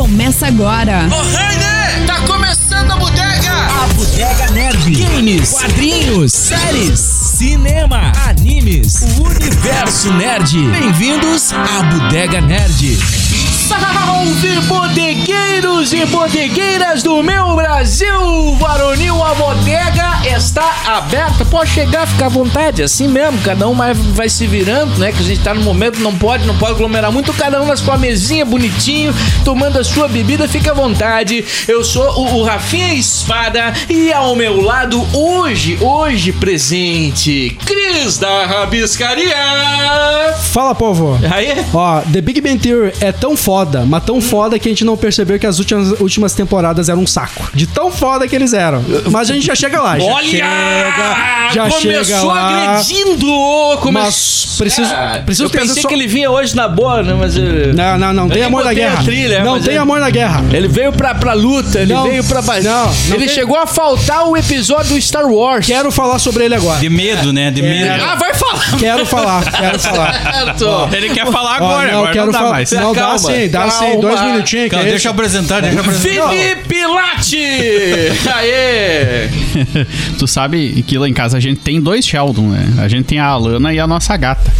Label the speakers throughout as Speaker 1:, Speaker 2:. Speaker 1: começa agora.
Speaker 2: Ô, Rainer, tá começando a bodega!
Speaker 3: A Bodega Nerd. Games, quadrinhos, séries, cinema, animes, o universo nerd. Bem-vindos à Bodega Nerd.
Speaker 4: Salve bodegueiros e bodegueiras do meu Brasil! Varonil, a bodega está aberta. Pode chegar, fica à vontade, assim mesmo. Cada um vai, vai se virando, né? Que a gente tá no momento, não pode, não pode aglomerar muito. Cada um na sua mesinha, bonitinho, tomando a sua bebida, fica à vontade. Eu sou o, o Rafinha Espada e ao meu lado, hoje, hoje presente, Cris da Rabiscaria!
Speaker 5: Fala, povo!
Speaker 4: Aí,
Speaker 5: Ó, The Big Bang Theory é tão foda, mas tão foda que a gente não percebeu que as últimas, últimas temporadas eram um saco. De tão foda que eles eram. Mas a gente já chega lá. Já
Speaker 4: Olha!
Speaker 5: Chega, já
Speaker 4: começou
Speaker 5: chega lá.
Speaker 4: agredindo! Começou...
Speaker 5: Mas preciso- preciso
Speaker 4: eu pensei
Speaker 5: trazer só-
Speaker 4: que ele vinha hoje na boa, né? Mas... eh,
Speaker 5: Não, não, não. Tem
Speaker 4: nem
Speaker 5: amor na
Speaker 4: botei a
Speaker 5: guerra.
Speaker 4: trilha,
Speaker 5: não
Speaker 4: mas
Speaker 5: tem
Speaker 4: é-
Speaker 5: amor na guerra.
Speaker 4: Ele veio pra, pra luta, ele
Speaker 5: Não,
Speaker 4: veio pra... ba-
Speaker 5: não, não
Speaker 4: ele
Speaker 5: tem-
Speaker 4: chegou a faltar o episódio do Star Wars.
Speaker 5: Quero falar sobre ele agora.
Speaker 3: De medo, né? De medo.
Speaker 4: Ah, vai falar!
Speaker 5: Quero falar, quero falar.
Speaker 4: Certo.
Speaker 3: Ele quer falar
Speaker 5: Ó,
Speaker 3: agora,
Speaker 5: não,
Speaker 3: agora
Speaker 5: quero
Speaker 3: não dá
Speaker 5: falar.
Speaker 3: mais.
Speaker 5: Não, dá
Speaker 4: Calma,
Speaker 5: sim, dá sim.
Speaker 4: calma.
Speaker 5: Dois minutinhos. que
Speaker 3: Calma,
Speaker 5: é
Speaker 3: deixa eu
Speaker 5: isso?
Speaker 3: apresentar, deixa eu apresentar.
Speaker 4: Felipe Latti! Aê!
Speaker 6: Tu sabe que lá em casa a gente tem dois Sheldon, né? A gente tem a Alana e a nossa gata.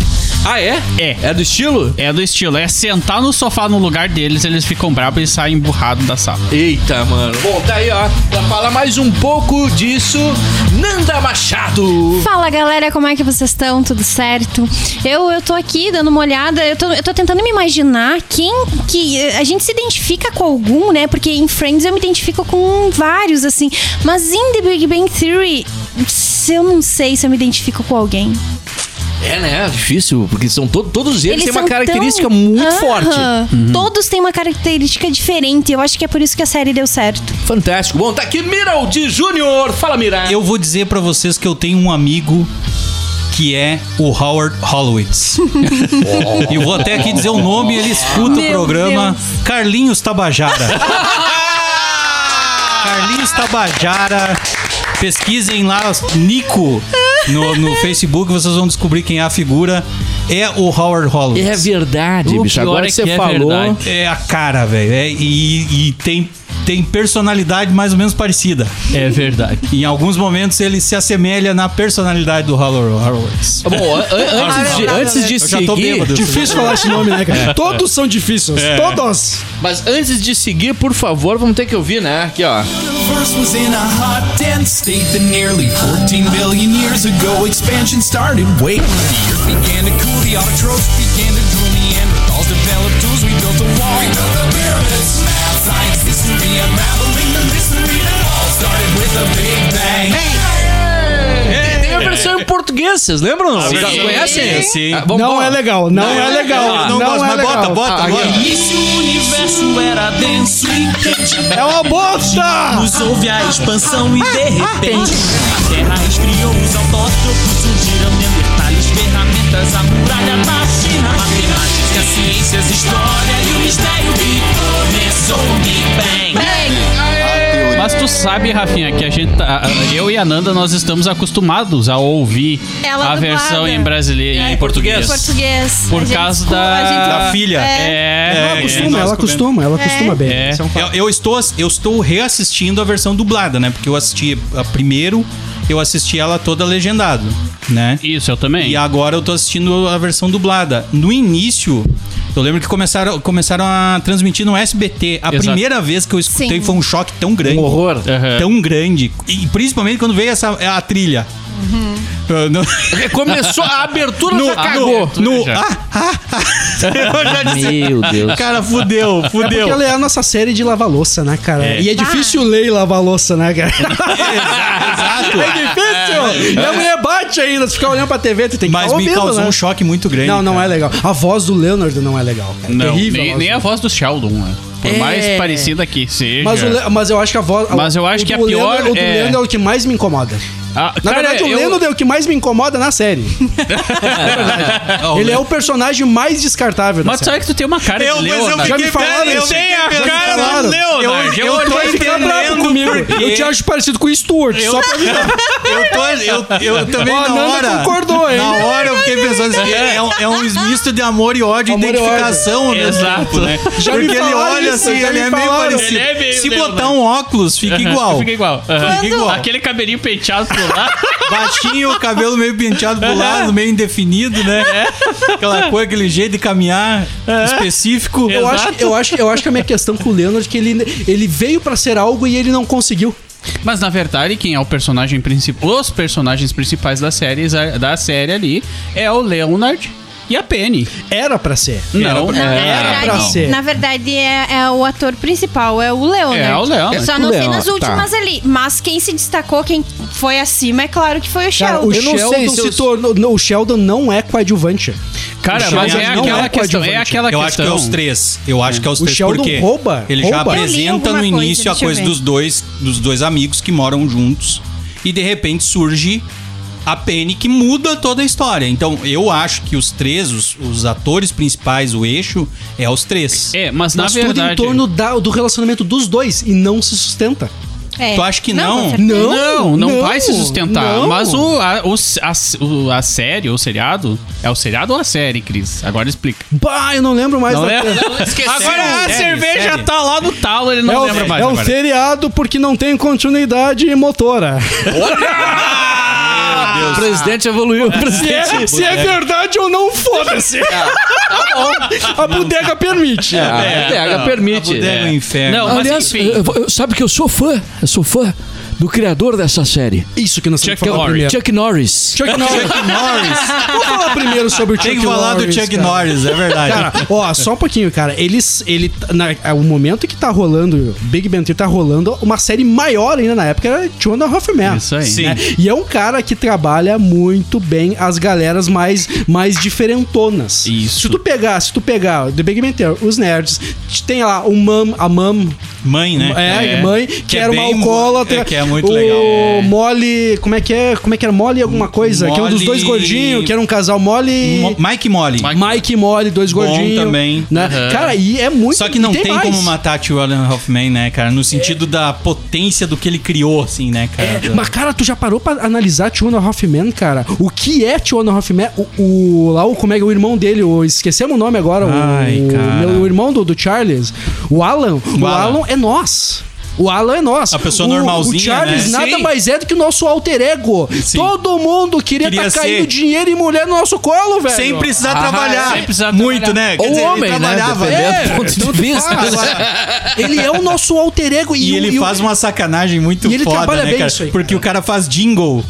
Speaker 4: Ah, é?
Speaker 6: É.
Speaker 4: É do estilo?
Speaker 6: É do estilo, é sentar no sofá no lugar deles, eles ficam bravos e saem burrados da sala.
Speaker 4: Eita, mano. Bom, tá aí, ó. Pra falar mais um pouco disso, Nanda Machado.
Speaker 7: Fala galera, como é que vocês estão? Tudo certo? Eu, eu tô aqui dando uma olhada, eu tô, eu tô tentando me imaginar quem que. eh, A gente se identifica com algum, né? Porque em Friends eu me identifico com vários, assim. Mas em The Big Bang Theory, se eu não sei se eu me identifico com alguém.
Speaker 4: É, né? Difícil, porque são to- todos eles, têm uma
Speaker 7: são
Speaker 4: característica
Speaker 7: tão- Ah.
Speaker 4: muito
Speaker 7: Aham.
Speaker 4: forte.
Speaker 6: Uhum.
Speaker 7: Todos têm uma característica diferente. Eu acho que é por isso que a série deu certo.
Speaker 4: Fantástico. Bom, tá aqui Miraldi Júnior. Fala, Miraldi.
Speaker 3: Eu vou dizer pra vocês que eu tenho um amigo que é o Howard Hollowitz. e vou até aqui dizer o nome, ele escuta o
Speaker 7: Meu
Speaker 3: programa Carlinhos Tabajara. Carlinhos Tabajara. Pesquisem lá Nico no, no Facebook, vocês vão descobrir quem é a figura. É o Howard Hollowitz.
Speaker 4: É verdade,
Speaker 6: O
Speaker 4: bicho.
Speaker 6: pior
Speaker 4: Agora
Speaker 6: é
Speaker 4: que você
Speaker 6: que é
Speaker 4: falou.
Speaker 6: verdade.
Speaker 3: É a cara, velho. É, e e tem, tem personalidade mais ou menos parecida.
Speaker 6: É verdade.
Speaker 3: Em alguns momentos ele se assemelha na personalidade do Halloween. Horowitz.
Speaker 4: Bom, an- an- antes de, antes de
Speaker 3: Eu já tô
Speaker 4: seguir.
Speaker 3: bêbado.
Speaker 5: Difícil falar esse nome, né, cara? Todos são difíceis. Todos.
Speaker 4: Mas antes de seguir, por favor, vamos ter que ouvir, né? Aqui, ó.
Speaker 8: universe was in a hot, dense state that nearly 14 billion years ago expansion started. Wait, the earth began to cool, the autotrophs began to drool, Neanderthals developed tools, we built a wall. We built the pyramids, math, science, history, unraveling the mystery that all started with a big bang.
Speaker 4: Tem a versão em português, vocês lembram? Vocês já
Speaker 3: sim,
Speaker 4: conhecem? Ah,
Speaker 3: sim.
Speaker 4: vamos
Speaker 5: Não
Speaker 4: lá.
Speaker 5: é legal, não, é legal. Não,
Speaker 3: gosto,
Speaker 5: é
Speaker 3: mas
Speaker 5: legal.
Speaker 3: bota, bota,
Speaker 4: Ah,
Speaker 3: bota.
Speaker 8: Esse universo era denso e quente.
Speaker 5: É uma bosta!
Speaker 8: Nos houve a expansão e de repente A terra esfriou, os autótrofos surgiram Neandertales, ferramentas, a muralha da China Matemática, ciências, história e o mistério que começou o Big Bang
Speaker 6: Mas tu sabe, Rafinha, que a gente tá, eu e a Nanda nós estamos acostumados a ouvir
Speaker 7: Ela
Speaker 6: a
Speaker 7: dublada. É,
Speaker 6: versão em brasileiro e É em português.
Speaker 7: Português.
Speaker 6: Por
Speaker 7: A gente
Speaker 6: causa
Speaker 7: escuta-
Speaker 6: da-
Speaker 7: a gente-
Speaker 3: da filha.
Speaker 6: É,
Speaker 5: Ela
Speaker 6: é,
Speaker 5: acostuma,
Speaker 6: nós
Speaker 5: ela acostuma, ela acostuma bem.
Speaker 6: É.
Speaker 5: Isso um fato.
Speaker 3: Eu, eu estou, eu estou reassistindo a versão dublada, né? Porque eu assisti a primeiro, eu assisti ela toda legendado, né?
Speaker 6: Isso, eu também.
Speaker 3: E agora eu tô assistindo a versão dublada. No início, eu lembro que começaram, começaram a transmitir no SBT. A
Speaker 6: Exato.
Speaker 3: primeira vez que eu escutei
Speaker 7: Sim.
Speaker 3: foi um choque tão grande.
Speaker 4: Um horror.
Speaker 6: Aham.
Speaker 3: Tão grande. E principalmente quando veio essa a trilha. Ah, não-
Speaker 4: Porque É, Começou a abertura já cagou.
Speaker 3: no, no,
Speaker 6: já.
Speaker 3: ah, ah, ah. Eu já disse,
Speaker 4: Meu Deus.
Speaker 3: Cara, fudeu,
Speaker 5: É porque
Speaker 3: fudeu.
Speaker 5: ela é a nossa série de lavar louça, né, cara? E é difícil ler e lavar louça, né, cara?
Speaker 3: Exato.
Speaker 5: É difícil! E a mulher bate ainda, se ficar olhando pra TV, tu tem que
Speaker 3: Mas
Speaker 5: ficar
Speaker 3: me
Speaker 5: ouvindo,
Speaker 3: causou
Speaker 5: né?
Speaker 3: um choque muito grande.
Speaker 5: Não, não
Speaker 3: cara.
Speaker 5: é legal. A voz do Leonard não é legal, cara.
Speaker 6: Não,
Speaker 5: Terrível.
Speaker 6: nem,
Speaker 5: voz
Speaker 6: nem
Speaker 5: do-
Speaker 6: a voz do Sheldon, né? Por
Speaker 4: É.
Speaker 6: mais parecida que seja.
Speaker 5: mas, o Le- mas eu acho que a voz.
Speaker 6: É. Mas eu acho
Speaker 5: o
Speaker 6: que a
Speaker 5: do
Speaker 6: pior
Speaker 5: Leonard- O do
Speaker 6: é-
Speaker 5: Leonard é o que mais me incomoda.
Speaker 6: Ah,
Speaker 5: Na
Speaker 6: cara,
Speaker 5: verdade, o
Speaker 6: eu-
Speaker 5: Leonard é o que mais me incomoda na série. Ele é o personagem mais descartável da
Speaker 6: Mas tu
Speaker 5: sério.
Speaker 6: sabe que tu tem uma cara
Speaker 3: Eu,
Speaker 6: de
Speaker 3: mas eu
Speaker 6: Leonardo.
Speaker 5: Já me
Speaker 3: fiquei
Speaker 5: falaram
Speaker 3: eu
Speaker 5: isso.
Speaker 3: tenho
Speaker 5: Já me
Speaker 3: a cara
Speaker 5: falaram.
Speaker 3: do Leonardo.
Speaker 6: Eu- eu tô
Speaker 5: Vai ficar bravo
Speaker 3: entendendo
Speaker 5: comigo Eu te acho parecido com o Stuart, só pra mim.
Speaker 3: Eu, tô, eu, eu também
Speaker 5: Ó, a
Speaker 3: na
Speaker 5: Nanda
Speaker 3: hora.
Speaker 5: concordou, hein?
Speaker 3: Na hora eu fiquei pensando assim, é, um- é um misto de amor e ódio,
Speaker 5: Amor e
Speaker 3: identificação, né?
Speaker 6: Exato, né?
Speaker 5: Já me
Speaker 3: Porque ele
Speaker 5: falaram
Speaker 3: olha
Speaker 5: isso,
Speaker 3: assim,
Speaker 5: já me
Speaker 3: ele é meio
Speaker 5: falaram.
Speaker 3: parecido.
Speaker 6: Ele é meio
Speaker 3: Se
Speaker 6: mesmo,
Speaker 3: botar
Speaker 6: né?
Speaker 3: um óculos, fica
Speaker 6: Aham,
Speaker 3: igual.
Speaker 6: Fica igual. aham.
Speaker 3: Fica igual.
Speaker 6: Aquele cabelinho penteado por lá.
Speaker 3: Baixinho, o cabelo meio penteado pro lado, meio indefinido, né?
Speaker 6: É.
Speaker 3: Aquela coisa, aquele jeito de caminhar específico.
Speaker 5: Eu acho, eu, acho, eu acho que a minha questão com o Leonard é que ele, ele veio pra ser algo e ele não conseguiu.
Speaker 6: Mas na verdade, quem é o personagem principal. Os personagens principais da série, da série ali é o Leonard e a Penny.
Speaker 5: Era pra ser.
Speaker 6: Não,
Speaker 7: Na
Speaker 5: Era É, pra
Speaker 7: verdade,
Speaker 5: ser.
Speaker 7: na verdade é, é o ator principal, é o Leonard.
Speaker 6: É o Leonard.
Speaker 7: Só
Speaker 5: O
Speaker 7: não sei
Speaker 5: Leonard,
Speaker 7: nas
Speaker 5: tá.
Speaker 7: últimas ali. Mas quem se destacou, quem foi acima, é claro que foi o
Speaker 5: Cara,
Speaker 7: Sheldon.
Speaker 5: o
Speaker 3: Eu não sei
Speaker 5: Sheldon
Speaker 3: se
Speaker 5: se,
Speaker 3: eu-
Speaker 5: tornou. não, O Sheldon não é coadjuvante.
Speaker 6: Cara,
Speaker 5: O
Speaker 6: mas é
Speaker 5: Sheldon não
Speaker 6: aquela
Speaker 5: é
Speaker 6: questão. É
Speaker 5: coadjuvante.
Speaker 3: Eu
Speaker 6: aquela questão.
Speaker 3: acho que é os três. Eu acho que é os
Speaker 5: O
Speaker 3: três
Speaker 5: Sheldon
Speaker 3: porque
Speaker 5: rouba,
Speaker 3: ele já
Speaker 5: rouba.
Speaker 3: apresenta
Speaker 7: Eu li
Speaker 3: no
Speaker 7: alguma coisa,
Speaker 3: início a
Speaker 7: deixa eu
Speaker 3: coisa
Speaker 7: ver.
Speaker 3: dos dois, dos dois amigos que moram juntos e de repente surge a Penny que muda toda a história. Então eu acho que os três, os, os atores principais, o eixo é os três.
Speaker 6: É, mas na
Speaker 5: Mas tudo
Speaker 6: verdade.
Speaker 5: em torno da- do relacionamento dos dois e não se sustenta.
Speaker 7: É.
Speaker 3: Tu acha que não?
Speaker 7: com certeza.
Speaker 5: Não,
Speaker 6: Não, não, vai se sustentar.
Speaker 5: não.
Speaker 6: Mas o, a, o, a, o- a série, ou o seriado. É o seriado ou a série, Cris? Agora explica.
Speaker 5: Bah, eu não lembro mais
Speaker 6: Não
Speaker 5: da-
Speaker 6: lembra? Agora a
Speaker 3: Série,
Speaker 6: cerveja
Speaker 3: série.
Speaker 6: tá lá no talo, ele
Speaker 5: É
Speaker 6: não
Speaker 5: o,
Speaker 6: lembra mais.
Speaker 5: é o
Speaker 6: agora.
Speaker 5: seriado porque não tem continuidade motora.
Speaker 3: Ah,
Speaker 4: O
Speaker 5: Ah,
Speaker 4: presidente evoluiu. O presidente.
Speaker 5: Se é, se é verdade ou não, foda-se. A bodega permite.
Speaker 4: Ah, a bodega permite.
Speaker 3: Bodega
Speaker 6: É.
Speaker 3: Inferno.
Speaker 6: Não, mas
Speaker 4: Aliás,
Speaker 6: enfim.
Speaker 4: eu- eu- sabe que eu sou fã, eu sou fã do criador dessa série,
Speaker 5: Isso que nós
Speaker 6: Chuck
Speaker 5: temos que falar
Speaker 6: Norris.
Speaker 5: primeiro.
Speaker 4: Chuck Norris.
Speaker 5: Chuck Norris.
Speaker 3: Chuck Norris.
Speaker 5: Vamos falar primeiro sobre o Chuck
Speaker 3: Tem que
Speaker 5: Norris.
Speaker 3: falar do Chuck
Speaker 5: cara.
Speaker 3: Norris, é verdade.
Speaker 5: Cara, ó, só um pouquinho, cara. Eles, ele, na, o momento que tá rolando, Big Bang Theory tá rolando, uma série maior ainda na época era Jonah Hoffman.
Speaker 6: Isso aí.
Speaker 3: Sim.
Speaker 5: né? E é um cara que trabalha muito bem as galeras mais, mais diferentonas.
Speaker 6: Isso.
Speaker 5: Se tu pegar, se tu pegar The Big Bang Theory, os nerds, tem lá o Mam, a Mam,
Speaker 3: Mãe, né?
Speaker 5: é, mãe, que,
Speaker 3: Que é
Speaker 5: era uma
Speaker 3: bem-
Speaker 5: alcoólatra.
Speaker 3: é, que é muito
Speaker 5: o
Speaker 3: legal.
Speaker 5: O Molly, como é que é? Como é que era? Molly alguma coisa? Que é um dos
Speaker 3: Molly-
Speaker 5: dois gordinhos, que era um casal Molly...
Speaker 3: Mo- Mike Molly.
Speaker 5: Mike e Molly, dois
Speaker 3: Bom
Speaker 5: gordinhos.
Speaker 3: também.
Speaker 5: Né? Cara, e é muito.
Speaker 3: Só que não
Speaker 5: e
Speaker 3: tem,
Speaker 5: mais. É.
Speaker 3: como matar Tio Alan Hoffman, né, cara? No sentido da potência do que ele criou, assim, né, cara?
Speaker 5: Mas, cara, tu já parou pra analisar Tiona Hoffman, cara? O que é Tiona Hoffman? O, o- lá, o, como é que é o irmão dele? O, esquecemos o nome agora. o-
Speaker 3: Ai,
Speaker 5: o,
Speaker 3: cara.
Speaker 5: meu- o irmão do, do Charles. O Alan. O,
Speaker 3: Alan.
Speaker 5: Alan. é nós. O Alan é nós.
Speaker 3: A pessoa
Speaker 5: o,
Speaker 3: normalzinha,
Speaker 5: O Charles
Speaker 3: né?
Speaker 5: nada
Speaker 3: Sim.
Speaker 5: mais é do que o nosso alter ego. Todo mundo queria
Speaker 3: Queria
Speaker 5: estar tá caindo
Speaker 3: ser.
Speaker 5: dinheiro e mulher no nosso colo, velho.
Speaker 3: Sem precisar
Speaker 4: Ah,
Speaker 3: trabalhar.
Speaker 6: sem precisar
Speaker 3: Muito,
Speaker 6: trabalhar.
Speaker 3: né? Quer
Speaker 4: Ou
Speaker 3: dizer, ele
Speaker 4: homem, né?
Speaker 3: trabalhava.
Speaker 4: Dependendo
Speaker 5: É,
Speaker 4: do ponto de vista. né?
Speaker 5: Ah, agora, ele é o nosso alter ego.
Speaker 3: E
Speaker 5: o-
Speaker 3: ele
Speaker 5: o-
Speaker 3: faz uma sacanagem muito
Speaker 5: E ele
Speaker 3: foda,
Speaker 5: trabalha
Speaker 3: né,
Speaker 5: bem
Speaker 3: cara?
Speaker 5: isso aí, cara.
Speaker 3: Porque o cara faz jingle.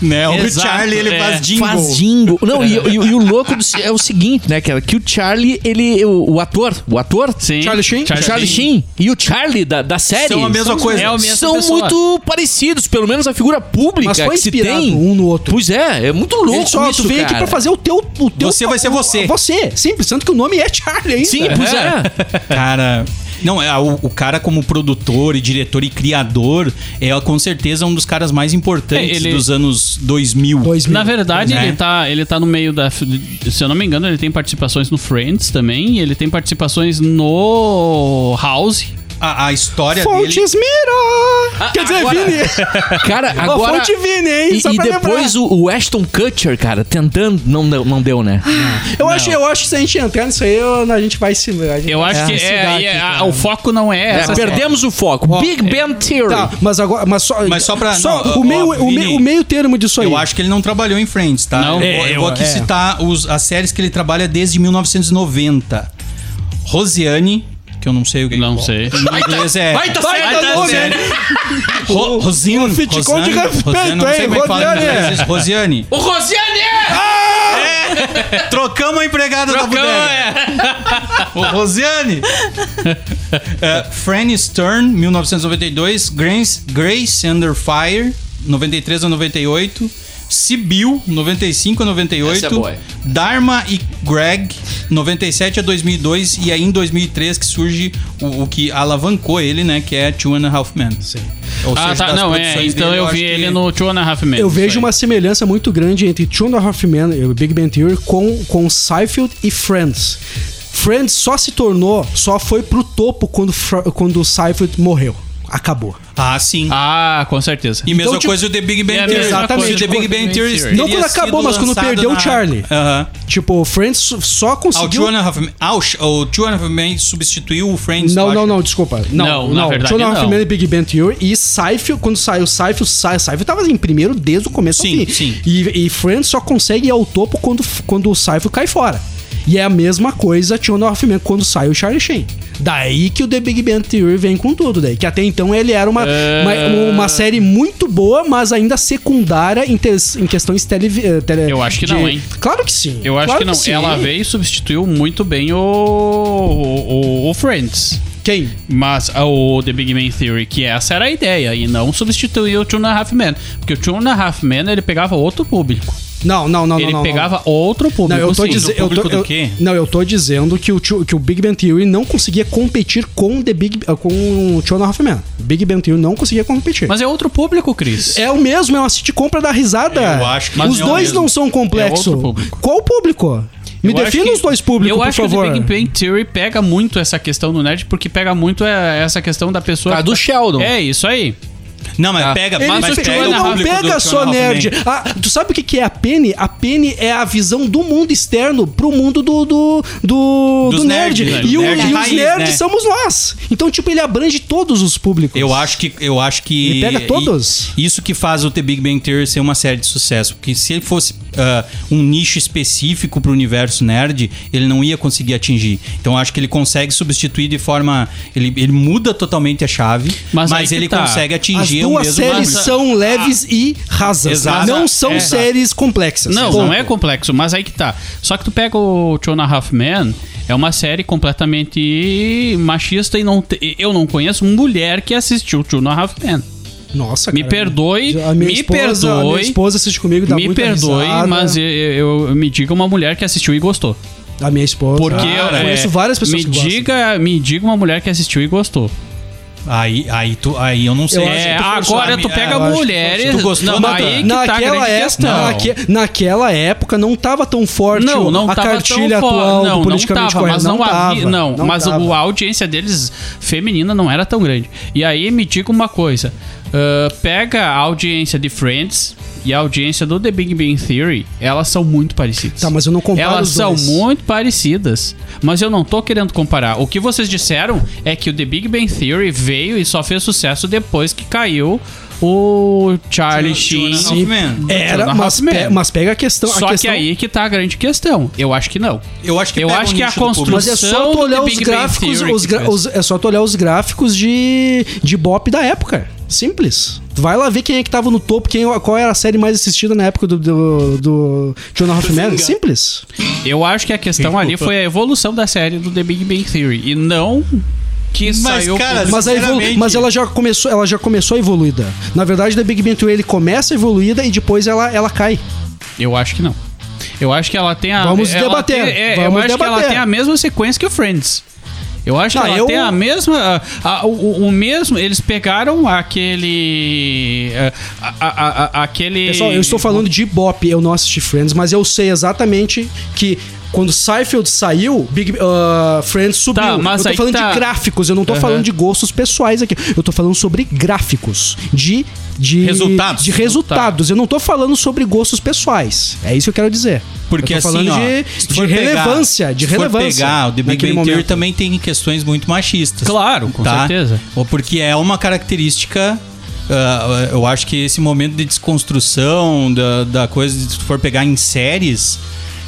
Speaker 3: Né? O
Speaker 6: Exato,
Speaker 3: Charlie, ele
Speaker 6: é.
Speaker 3: faz jingle.
Speaker 4: Faz jingle. Não, e, e- e o louco do- é o seguinte, né, cara? Que o Charlie, ele. O, o ator, o ator.
Speaker 6: Sim.
Speaker 5: Charlie Sheen?
Speaker 4: O Charlie Sheen e o Charlie da, da série.
Speaker 3: São Então, a mesma coisa.
Speaker 6: É a mesma
Speaker 4: são
Speaker 6: pessoa.
Speaker 4: muito parecidos, pelo menos a figura pública
Speaker 5: Mas foi
Speaker 4: que se
Speaker 5: inspirado
Speaker 4: tem.
Speaker 5: um no outro.
Speaker 4: Pois é, é muito louco
Speaker 5: Ele só
Speaker 4: isso,
Speaker 5: tu veio aqui
Speaker 4: cara.
Speaker 5: pra fazer o teu, o teu.
Speaker 3: Você vai ser você.
Speaker 5: Você, simples. Tanto que o nome é Charlie ainda.
Speaker 4: Sim, pois é.
Speaker 3: Cara. Não, é, o, o cara como produtor e diretor e criador é com certeza um dos caras mais importantes
Speaker 6: É, ele-
Speaker 3: dos anos 2000.
Speaker 5: 2000.
Speaker 6: Na verdade,
Speaker 3: Né?
Speaker 6: ele, tá, ele tá no meio da. Se eu não me engano, ele tem participações no Friends também. E ele tem participações no House.
Speaker 3: A, a história dele... Ah,
Speaker 5: Fontes Mira! Quer dizer,
Speaker 4: agora-
Speaker 5: Vini.
Speaker 4: Cara,
Speaker 5: Ó,
Speaker 4: agora.
Speaker 5: É. Fonte Vini, hein?
Speaker 4: E,
Speaker 5: Só
Speaker 4: e
Speaker 5: pra
Speaker 4: depois
Speaker 5: lembrar.
Speaker 4: o, o Ashton Kutcher, cara, tentando, não, deu- não deu, né?
Speaker 5: Ah, Eu acho, eu acho que se a gente entrar nisso aí, eu- a gente vai se. a gente
Speaker 6: Eu acho
Speaker 5: vai
Speaker 6: que
Speaker 5: se
Speaker 6: é,
Speaker 5: dar
Speaker 6: e
Speaker 5: aqui,
Speaker 6: é- a-
Speaker 5: cara.
Speaker 6: o foco não é,
Speaker 4: É,
Speaker 6: essa.
Speaker 4: perdemos o foco. Big Ben Theory.
Speaker 5: Tá, mas agora. Mas só,
Speaker 3: Mas só pra- não,
Speaker 5: Só
Speaker 3: ó,
Speaker 5: o, meio,
Speaker 3: ó,
Speaker 5: o,
Speaker 3: Vini,
Speaker 5: meio, o meio termo disso aí.
Speaker 3: Eu acho que ele não trabalhou em Friends, tá?
Speaker 6: Não.
Speaker 3: eu,
Speaker 6: É,
Speaker 3: eu vou aqui
Speaker 5: é.
Speaker 3: citar os- as séries que ele trabalha desde 1990. Rosiane, que eu não sei o que é.
Speaker 6: Não sei.
Speaker 3: Em inglês é.
Speaker 4: Vai tá certo,
Speaker 3: tá
Speaker 4: nome,
Speaker 3: certo. Ro- Rosine.
Speaker 5: ficou de respeito,
Speaker 3: Rosane, não sei
Speaker 5: hein,
Speaker 3: como é que fala em
Speaker 5: Rosiane.
Speaker 3: inglês isso. Rosiane. Ah! É.
Speaker 6: O Rosiane! é!
Speaker 3: Trocamos a empregada da bodega. Ô, Rosiane! É, Franny Stern, 1992. Grace, Grace Under Fire, 93 a 98. Sibyl, 95 a 98.
Speaker 4: Essa é boa.
Speaker 3: Dharma e Greg, 97 a 2002. E aí em 2003 que surge o, o que alavancou ele, né? Que é Two and a Half Men. Sim.
Speaker 6: Ah, tá. Não, é. Então eu vi ele no Two and a Half Men.
Speaker 3: é
Speaker 5: Eu
Speaker 6: Isso
Speaker 5: vejo
Speaker 6: aí.
Speaker 5: uma semelhança muito grande entre Two and a Half Men e o Big Bang Theory com, com Seinfeld e Friends. Friends só se tornou, só foi pro topo quando, Fra- quando Seinfeld morreu. acabou.
Speaker 3: Ah, sim.
Speaker 6: Ah, com certeza.
Speaker 3: E mesma
Speaker 5: Então, tipo,
Speaker 3: coisa o The Big Bang
Speaker 6: é a
Speaker 3: Theory.
Speaker 5: mesma
Speaker 3: Exatamente.
Speaker 5: coisa
Speaker 3: Se o The
Speaker 5: de
Speaker 3: Big Bang
Speaker 6: Big
Speaker 3: Theory.
Speaker 6: Bang Theory.
Speaker 5: Não quando acabou, mas quando perdeu o Charlie.
Speaker 3: Aham.
Speaker 5: Tipo, Friends so- só
Speaker 3: Ah, o
Speaker 5: conseguiu.
Speaker 3: Two and a Half Men- ah, o Sh- o Two and a Half Men substituiu o Friends.
Speaker 5: Não,
Speaker 3: eu
Speaker 5: não,
Speaker 3: acho.
Speaker 5: não, desculpa. Não,
Speaker 6: Não, na
Speaker 5: não.
Speaker 6: verdade,
Speaker 5: Two and a Half
Speaker 6: não.
Speaker 5: Men e Big Bang Theory e Seinfeld, quando saiu Seinfeld, Sa- Seinfeld tava em primeiro desde o começo ao
Speaker 3: Sim,
Speaker 5: fim.
Speaker 3: sim.
Speaker 5: E, e Friends só consegue ir ao topo quando, quando o Seinfeld cai fora. E é a mesma coisa Two and a Half Men quando sai o Charlie Sheen. Daí que o The Big Bang Theory vem com tudo, daí. Que até então ele era uma,
Speaker 6: É.
Speaker 5: uma, uma série muito boa, mas ainda secundária em, tes- em questões tele, eh, tele-
Speaker 6: Eu acho que
Speaker 5: de-
Speaker 6: não, hein?
Speaker 5: Claro que sim.
Speaker 6: Eu acho
Speaker 5: claro
Speaker 6: que não.
Speaker 5: sim.
Speaker 6: Ela veio e substituiu muito bem o, o, o- o Friends.
Speaker 5: Quem?
Speaker 6: Mas ah, o The Big Bang Theory, que essa era a ideia, e não substituiu o Two and a Half Men. Porque o Two and a Half Men, ele pegava outro público.
Speaker 5: Não, não, não, não,
Speaker 6: ele
Speaker 5: não, não.
Speaker 6: pegava outro público,
Speaker 5: Não, eu tô
Speaker 6: sim.
Speaker 5: dizendo. Eu tô,
Speaker 3: público do
Speaker 5: eu-
Speaker 3: quê?
Speaker 5: não, eu tô dizendo que o, tio- que o Big Bang Theory não conseguia competir com o The Big eh, com o Two and a Half Men. Big Bang Theory não conseguia competir.
Speaker 6: Mas é outro público, Cris.
Speaker 5: é o mesmo, é uma sitcom pra dar risada.
Speaker 3: Eu acho que
Speaker 5: Os
Speaker 3: não é o
Speaker 5: dois
Speaker 3: mesmo.
Speaker 5: não são complexos.
Speaker 6: É outro público.
Speaker 5: Qual público? Me
Speaker 6: Eu acho
Speaker 5: defina
Speaker 6: que-
Speaker 5: os dois públicos,
Speaker 6: Eu
Speaker 5: por
Speaker 6: acho
Speaker 5: favor.
Speaker 6: que o The Big Bang Theory pega muito essa questão do nerd, porque pega muito é, essa questão da pessoa...
Speaker 4: Ah, do Sheldon.
Speaker 6: É, isso aí.
Speaker 3: Não, mas pega,
Speaker 5: É. Ele
Speaker 3: mas
Speaker 5: só-
Speaker 3: pega
Speaker 5: ele
Speaker 3: o
Speaker 5: não
Speaker 3: público do Two
Speaker 5: pega
Speaker 3: and a
Speaker 5: só
Speaker 3: Half Men.
Speaker 5: nerd. Ah, tu sabe o que, que é a Penny? A Penny é a visão do mundo externo pro mundo do, do, do,
Speaker 3: Dos
Speaker 5: do nerd.
Speaker 3: nerds, né?
Speaker 5: E, o-
Speaker 3: Nerd
Speaker 5: e os
Speaker 3: raiz,
Speaker 5: nerds
Speaker 3: né?
Speaker 5: somos nós. Então, tipo, ele abrange todos os públicos.
Speaker 3: Eu acho que. Eu acho que
Speaker 5: Ele pega todos?
Speaker 3: e- Isso que faz o The Big Bang Theory ser uma série de sucesso. Porque se ele fosse ah, um nicho específico pro universo nerd, ele não ia conseguir atingir. Então eu acho que ele consegue substituir de forma. Ele, ele muda totalmente a chave, mas,
Speaker 6: Mas aí que
Speaker 3: ele
Speaker 6: tá.
Speaker 3: consegue
Speaker 5: As
Speaker 3: atingir o
Speaker 5: duas
Speaker 3: mesmo.
Speaker 5: séries
Speaker 3: público.
Speaker 5: são
Speaker 6: Ah,
Speaker 5: leves e rasas.
Speaker 3: Exato.
Speaker 5: Não são
Speaker 6: É.
Speaker 5: séries complexas.
Speaker 6: Não,
Speaker 5: Ponto.
Speaker 6: não é complexo, mas aí que tá. Só que tu pega o Two and a Half Men, é uma série completamente machista e não te- eu não conheço mulher que assistiu Two and a Half Men.
Speaker 5: Nossa,
Speaker 6: Me
Speaker 5: Ah, cara.
Speaker 6: perdoe,
Speaker 5: A minha
Speaker 6: me
Speaker 5: esposa, A minha
Speaker 6: perdoe.
Speaker 5: esposa assiste comigo, dá
Speaker 6: me
Speaker 5: muita
Speaker 6: perdoe,
Speaker 5: risada.
Speaker 6: mas eu, eu- eu- me diga uma mulher que assistiu e gostou.
Speaker 5: A minha esposa.
Speaker 6: Porque
Speaker 5: Ah,
Speaker 6: eu
Speaker 5: eu conheço
Speaker 6: é,
Speaker 5: várias pessoas
Speaker 6: me
Speaker 5: que gostam.
Speaker 6: diga, me diga uma mulher que assistiu e gostou.
Speaker 3: Aí, aí, tu, aí eu não sei.
Speaker 5: Eu acho
Speaker 6: É,
Speaker 5: que tu forçou.
Speaker 6: agora
Speaker 3: Ah,
Speaker 6: tu
Speaker 3: é,
Speaker 6: pega
Speaker 5: eu acho que tu
Speaker 6: mulheres,
Speaker 3: forçou. Tu gostou,
Speaker 6: não,
Speaker 3: Natan?
Speaker 6: aí que tá a
Speaker 5: Naquela,
Speaker 6: grande
Speaker 5: época,
Speaker 6: questão.
Speaker 5: naque- naquela época não tava tão forte
Speaker 6: Não, não
Speaker 5: a
Speaker 6: tava
Speaker 5: cartilha
Speaker 6: tão fo-
Speaker 5: atual
Speaker 6: não,
Speaker 5: do politicamente
Speaker 6: não tava,
Speaker 5: correto.
Speaker 6: Mas não, havia-
Speaker 5: tava,
Speaker 6: não, mas
Speaker 5: tava.
Speaker 6: o- a audiência deles feminina não era tão grande. E aí me diga uma coisa: ah, pega a audiência de Friends e a audiência do The Big Bang Theory, elas são muito parecidas.
Speaker 5: Tá, mas eu não comparo
Speaker 6: Elas
Speaker 5: os
Speaker 6: são
Speaker 5: dois.
Speaker 6: muito parecidas. Mas eu não tô querendo comparar. O que vocês disseram é que o The Big Bang Theory veio e só fez sucesso depois que caiu o Charlie
Speaker 3: Two and a
Speaker 6: Sheen.
Speaker 3: Half Men.
Speaker 5: Era,
Speaker 6: Jonah
Speaker 5: mas,
Speaker 6: Hoffman.
Speaker 5: pe- mas pega a questão. Então, a
Speaker 6: Só que
Speaker 5: questão-
Speaker 6: aí que tá a grande questão. Eu acho que não.
Speaker 3: Eu acho que
Speaker 6: Eu
Speaker 3: pega
Speaker 6: acho
Speaker 3: o
Speaker 6: que a
Speaker 3: nicho do público.
Speaker 5: Mas é só
Speaker 6: produção
Speaker 5: tu
Speaker 6: do
Speaker 5: olhar
Speaker 6: The
Speaker 5: os
Speaker 6: Big Bang
Speaker 5: gráficos.
Speaker 6: Theory
Speaker 5: os
Speaker 6: que
Speaker 5: gra-
Speaker 6: fez.
Speaker 5: os- é só tu olhar os gráficos de, de Bop da época. Simples. Vai lá ver quem é que tava no topo, quem, qual era a série mais assistida na época do, do, do Jonah Hoffman. Simples.
Speaker 6: Eu acho que a questão ali foi a evolução da série do The Big Bang Theory. E não que saiu...
Speaker 3: cara,
Speaker 6: com-
Speaker 5: Mas, a evolu-
Speaker 3: Sinceramente.
Speaker 5: mas ela já começou, ela já começou evoluída. Na verdade, The Big Bang Theory ele começa evoluída e depois ela, ela cai.
Speaker 6: Eu acho que não. Eu acho que ela tem a...
Speaker 5: Vamos
Speaker 6: ela
Speaker 5: debater,
Speaker 6: tem- é, eu
Speaker 5: vamos
Speaker 6: acho que ela
Speaker 5: debater.
Speaker 6: tem a mesma sequência que o Friends. Eu acho que
Speaker 5: Ah,
Speaker 6: ela
Speaker 5: eu-
Speaker 6: tem a mesma... a- a- o- o, o mesmo... Eles pegaram aquele... é, a- a- a- a- aquele...
Speaker 5: Pessoal, É eu estou falando de Bop, eu não assisti Friends, mas eu sei exatamente que quando Seinfeld saiu, Big ah, Friends subiu.
Speaker 6: Tá, mas
Speaker 5: eu tô
Speaker 6: aí
Speaker 5: falando
Speaker 6: tá.
Speaker 5: de gráficos, eu não tô
Speaker 6: Aham.
Speaker 5: falando de gostos pessoais aqui. Eu tô falando sobre gráficos, de de
Speaker 3: Resultados.
Speaker 5: de resultados. Eu não tô falando sobre gostos pessoais. É isso que eu quero dizer.
Speaker 3: Porque
Speaker 5: eu tô falando
Speaker 3: assim, ó,
Speaker 5: de,
Speaker 3: se
Speaker 5: de
Speaker 3: for pegar-
Speaker 5: relevância, de
Speaker 3: se for
Speaker 5: relevância.
Speaker 3: pegar, o The Big
Speaker 5: naquele
Speaker 3: Bang Theory
Speaker 5: momento.
Speaker 3: também tem questões muito machistas. tá?
Speaker 6: Claro, com
Speaker 5: tá?
Speaker 6: certeza.
Speaker 3: Ou Porque é uma característica... ah, eu acho que esse momento de desconstrução da, da coisa, se tu for pegar em séries,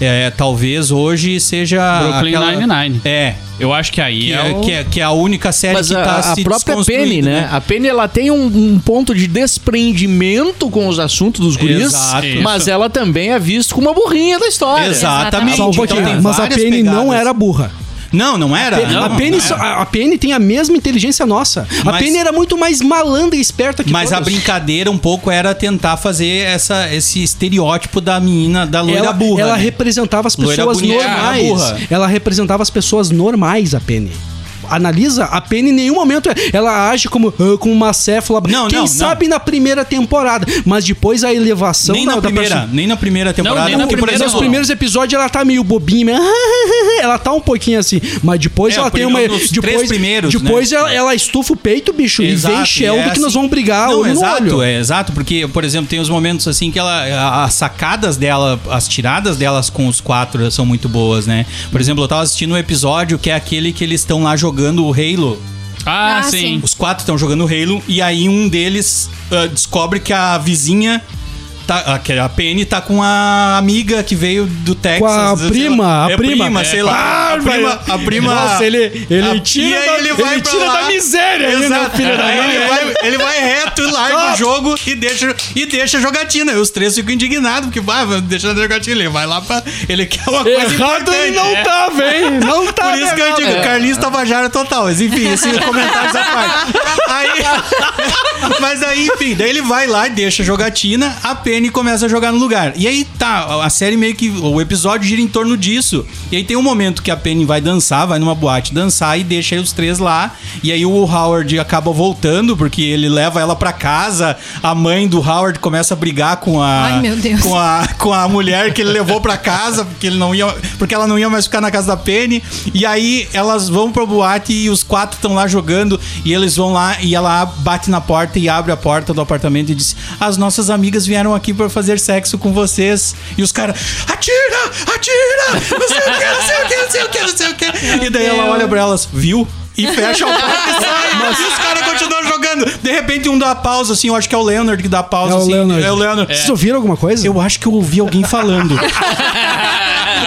Speaker 3: é, talvez hoje seja.
Speaker 6: Brooklyn
Speaker 3: aquela-
Speaker 6: Nine-Nine.
Speaker 3: É.
Speaker 6: Eu acho que aí
Speaker 3: Que
Speaker 6: é,
Speaker 3: é,
Speaker 6: o-
Speaker 3: que, é, que é a única série
Speaker 4: Mas
Speaker 3: que tá
Speaker 4: a, a
Speaker 3: se
Speaker 4: própria
Speaker 3: desconstruindo,
Speaker 4: Penny, né? A Penny, ela tem um, um ponto de desprendimento com os assuntos dos guris,
Speaker 3: Exato.
Speaker 4: mas ela também é vista como uma burrinha da história.
Speaker 3: Exatamente.
Speaker 5: Só um
Speaker 3: Então
Speaker 5: pouquinho,
Speaker 3: tem
Speaker 5: mas a
Speaker 3: várias
Speaker 5: Penny não
Speaker 3: pegadas.
Speaker 5: era burra.
Speaker 3: Não, não era.
Speaker 5: Penny- a,
Speaker 3: Não,
Speaker 5: Penny,
Speaker 3: não
Speaker 5: só-
Speaker 3: era.
Speaker 5: a a Penny tem a mesma inteligência nossa. a
Speaker 3: Mas-
Speaker 5: Penny era muito mais malandra e esperta que
Speaker 3: Mas a
Speaker 5: todas.
Speaker 3: brincadeira um pouco era tentar fazer essa, esse estereótipo da menina, da loira
Speaker 5: ela,
Speaker 3: burra.
Speaker 5: ela é
Speaker 3: né?
Speaker 5: representava as
Speaker 3: Loira
Speaker 5: pessoas
Speaker 3: bonita,
Speaker 5: normais.
Speaker 3: burra.
Speaker 5: Ela representava as pessoas normais, a Penny. analisa, a Penny em nenhum momento é- ela age como, ah, como uma céfala.
Speaker 3: Não,
Speaker 5: Quem
Speaker 3: não, não.
Speaker 5: sabe na primeira temporada, mas depois a elevação
Speaker 3: nem
Speaker 5: da,
Speaker 3: na
Speaker 5: da
Speaker 3: primeira,
Speaker 5: personagem-
Speaker 3: nem na primeira temporada.
Speaker 6: nem na
Speaker 3: porque, por
Speaker 6: primeira,
Speaker 3: exemplo,
Speaker 5: nos
Speaker 6: não.
Speaker 5: primeiros episódios ela tá meio bobinha, meio ela tá um pouquinho assim, mas depois
Speaker 3: É,
Speaker 5: ela
Speaker 3: o
Speaker 5: tem uma
Speaker 3: primeiro-
Speaker 5: depois
Speaker 3: os três primeiros,
Speaker 5: depois
Speaker 3: né?
Speaker 5: ela, ela estufa o peito, bicho, e vem
Speaker 3: Exato,
Speaker 5: Sheldon
Speaker 3: é
Speaker 5: que nós
Speaker 3: assim.
Speaker 5: vamos brigar
Speaker 3: Não,
Speaker 5: olho
Speaker 3: exato,
Speaker 5: no olho.
Speaker 3: é exato, porque, por exemplo, tem os momentos assim que ela. a- As sacadas dela, as tiradas delas com os quatro são muito boas, né? Por exemplo, eu tava assistindo um episódio que é aquele que eles estão lá jogando o Halo.
Speaker 6: Ah,
Speaker 7: Ah,
Speaker 6: sim.
Speaker 7: sim.
Speaker 3: Os quatro estão jogando o Halo e aí um deles ah, descobre que a vizinha. Tá, a, que a Penny tá com a amiga que veio do Texas.
Speaker 5: a
Speaker 3: sei
Speaker 5: prima,
Speaker 3: lá.
Speaker 5: a
Speaker 3: É
Speaker 5: prima. Ah,
Speaker 3: sei lá. a prima. A prima
Speaker 5: Nossa, ele, ele
Speaker 3: a- e
Speaker 5: tira,
Speaker 3: aí
Speaker 5: da,
Speaker 3: ele
Speaker 5: ele
Speaker 3: vai pra
Speaker 5: tira
Speaker 3: lá.
Speaker 5: da miséria. ele, né,
Speaker 3: Exato.
Speaker 5: filho da
Speaker 3: Aí
Speaker 5: mãe?
Speaker 3: ele, vai, ele vai reto, larga o jogo e deixa, e deixa a jogatina. E os três ficam indignados, porque vai, deixa a jogatina. Ele vai lá pra. Ele quer uma coisa
Speaker 5: É Errado
Speaker 3: importante. é.
Speaker 5: ele não tá, velho. Não tá,
Speaker 3: Por isso que eu
Speaker 5: legal.
Speaker 3: digo, Carlinhos Tabajara total. Mas enfim, esse comentário da parte. Aí, mas aí, enfim, daí ele vai lá e deixa a jogatina, a Penny começa a jogar no lugar. E aí tá, a série meio que. O episódio gira em torno disso. E aí tem um momento que a Penny vai dançar, vai numa boate dançar e deixa aí os três lá. E aí o Howard acaba voltando, porque ele leva ela pra casa. A mãe do Howard começa a brigar com a.
Speaker 7: Ai, meu Deus.
Speaker 3: Com com a, com a mulher que ele levou pra casa, porque ele não ia, porque ela não ia mais ficar na casa da Penny. E aí elas vão pro boate e os quatro estão lá jogando e eles vão lá e ela bate na porta e abre a porta do apartamento e diz: "As nossas amigas vieram aqui pra fazer sexo com vocês". E os caras: "Atira! Atira! Não sei o que, não sei o que, não sei o que, não sei o que". E daí ela olha pra elas: "Viu?" E fecha o porta e sai. E os caras continuam jogando. De repente um dá a pausa, assim. Eu acho que é o Leonard que dá a pausa,
Speaker 5: É o
Speaker 3: assim.
Speaker 5: Leonard.
Speaker 3: É o Leonard.
Speaker 5: Vocês ouviram alguma coisa?
Speaker 3: Eu acho que eu ouvi alguém falando.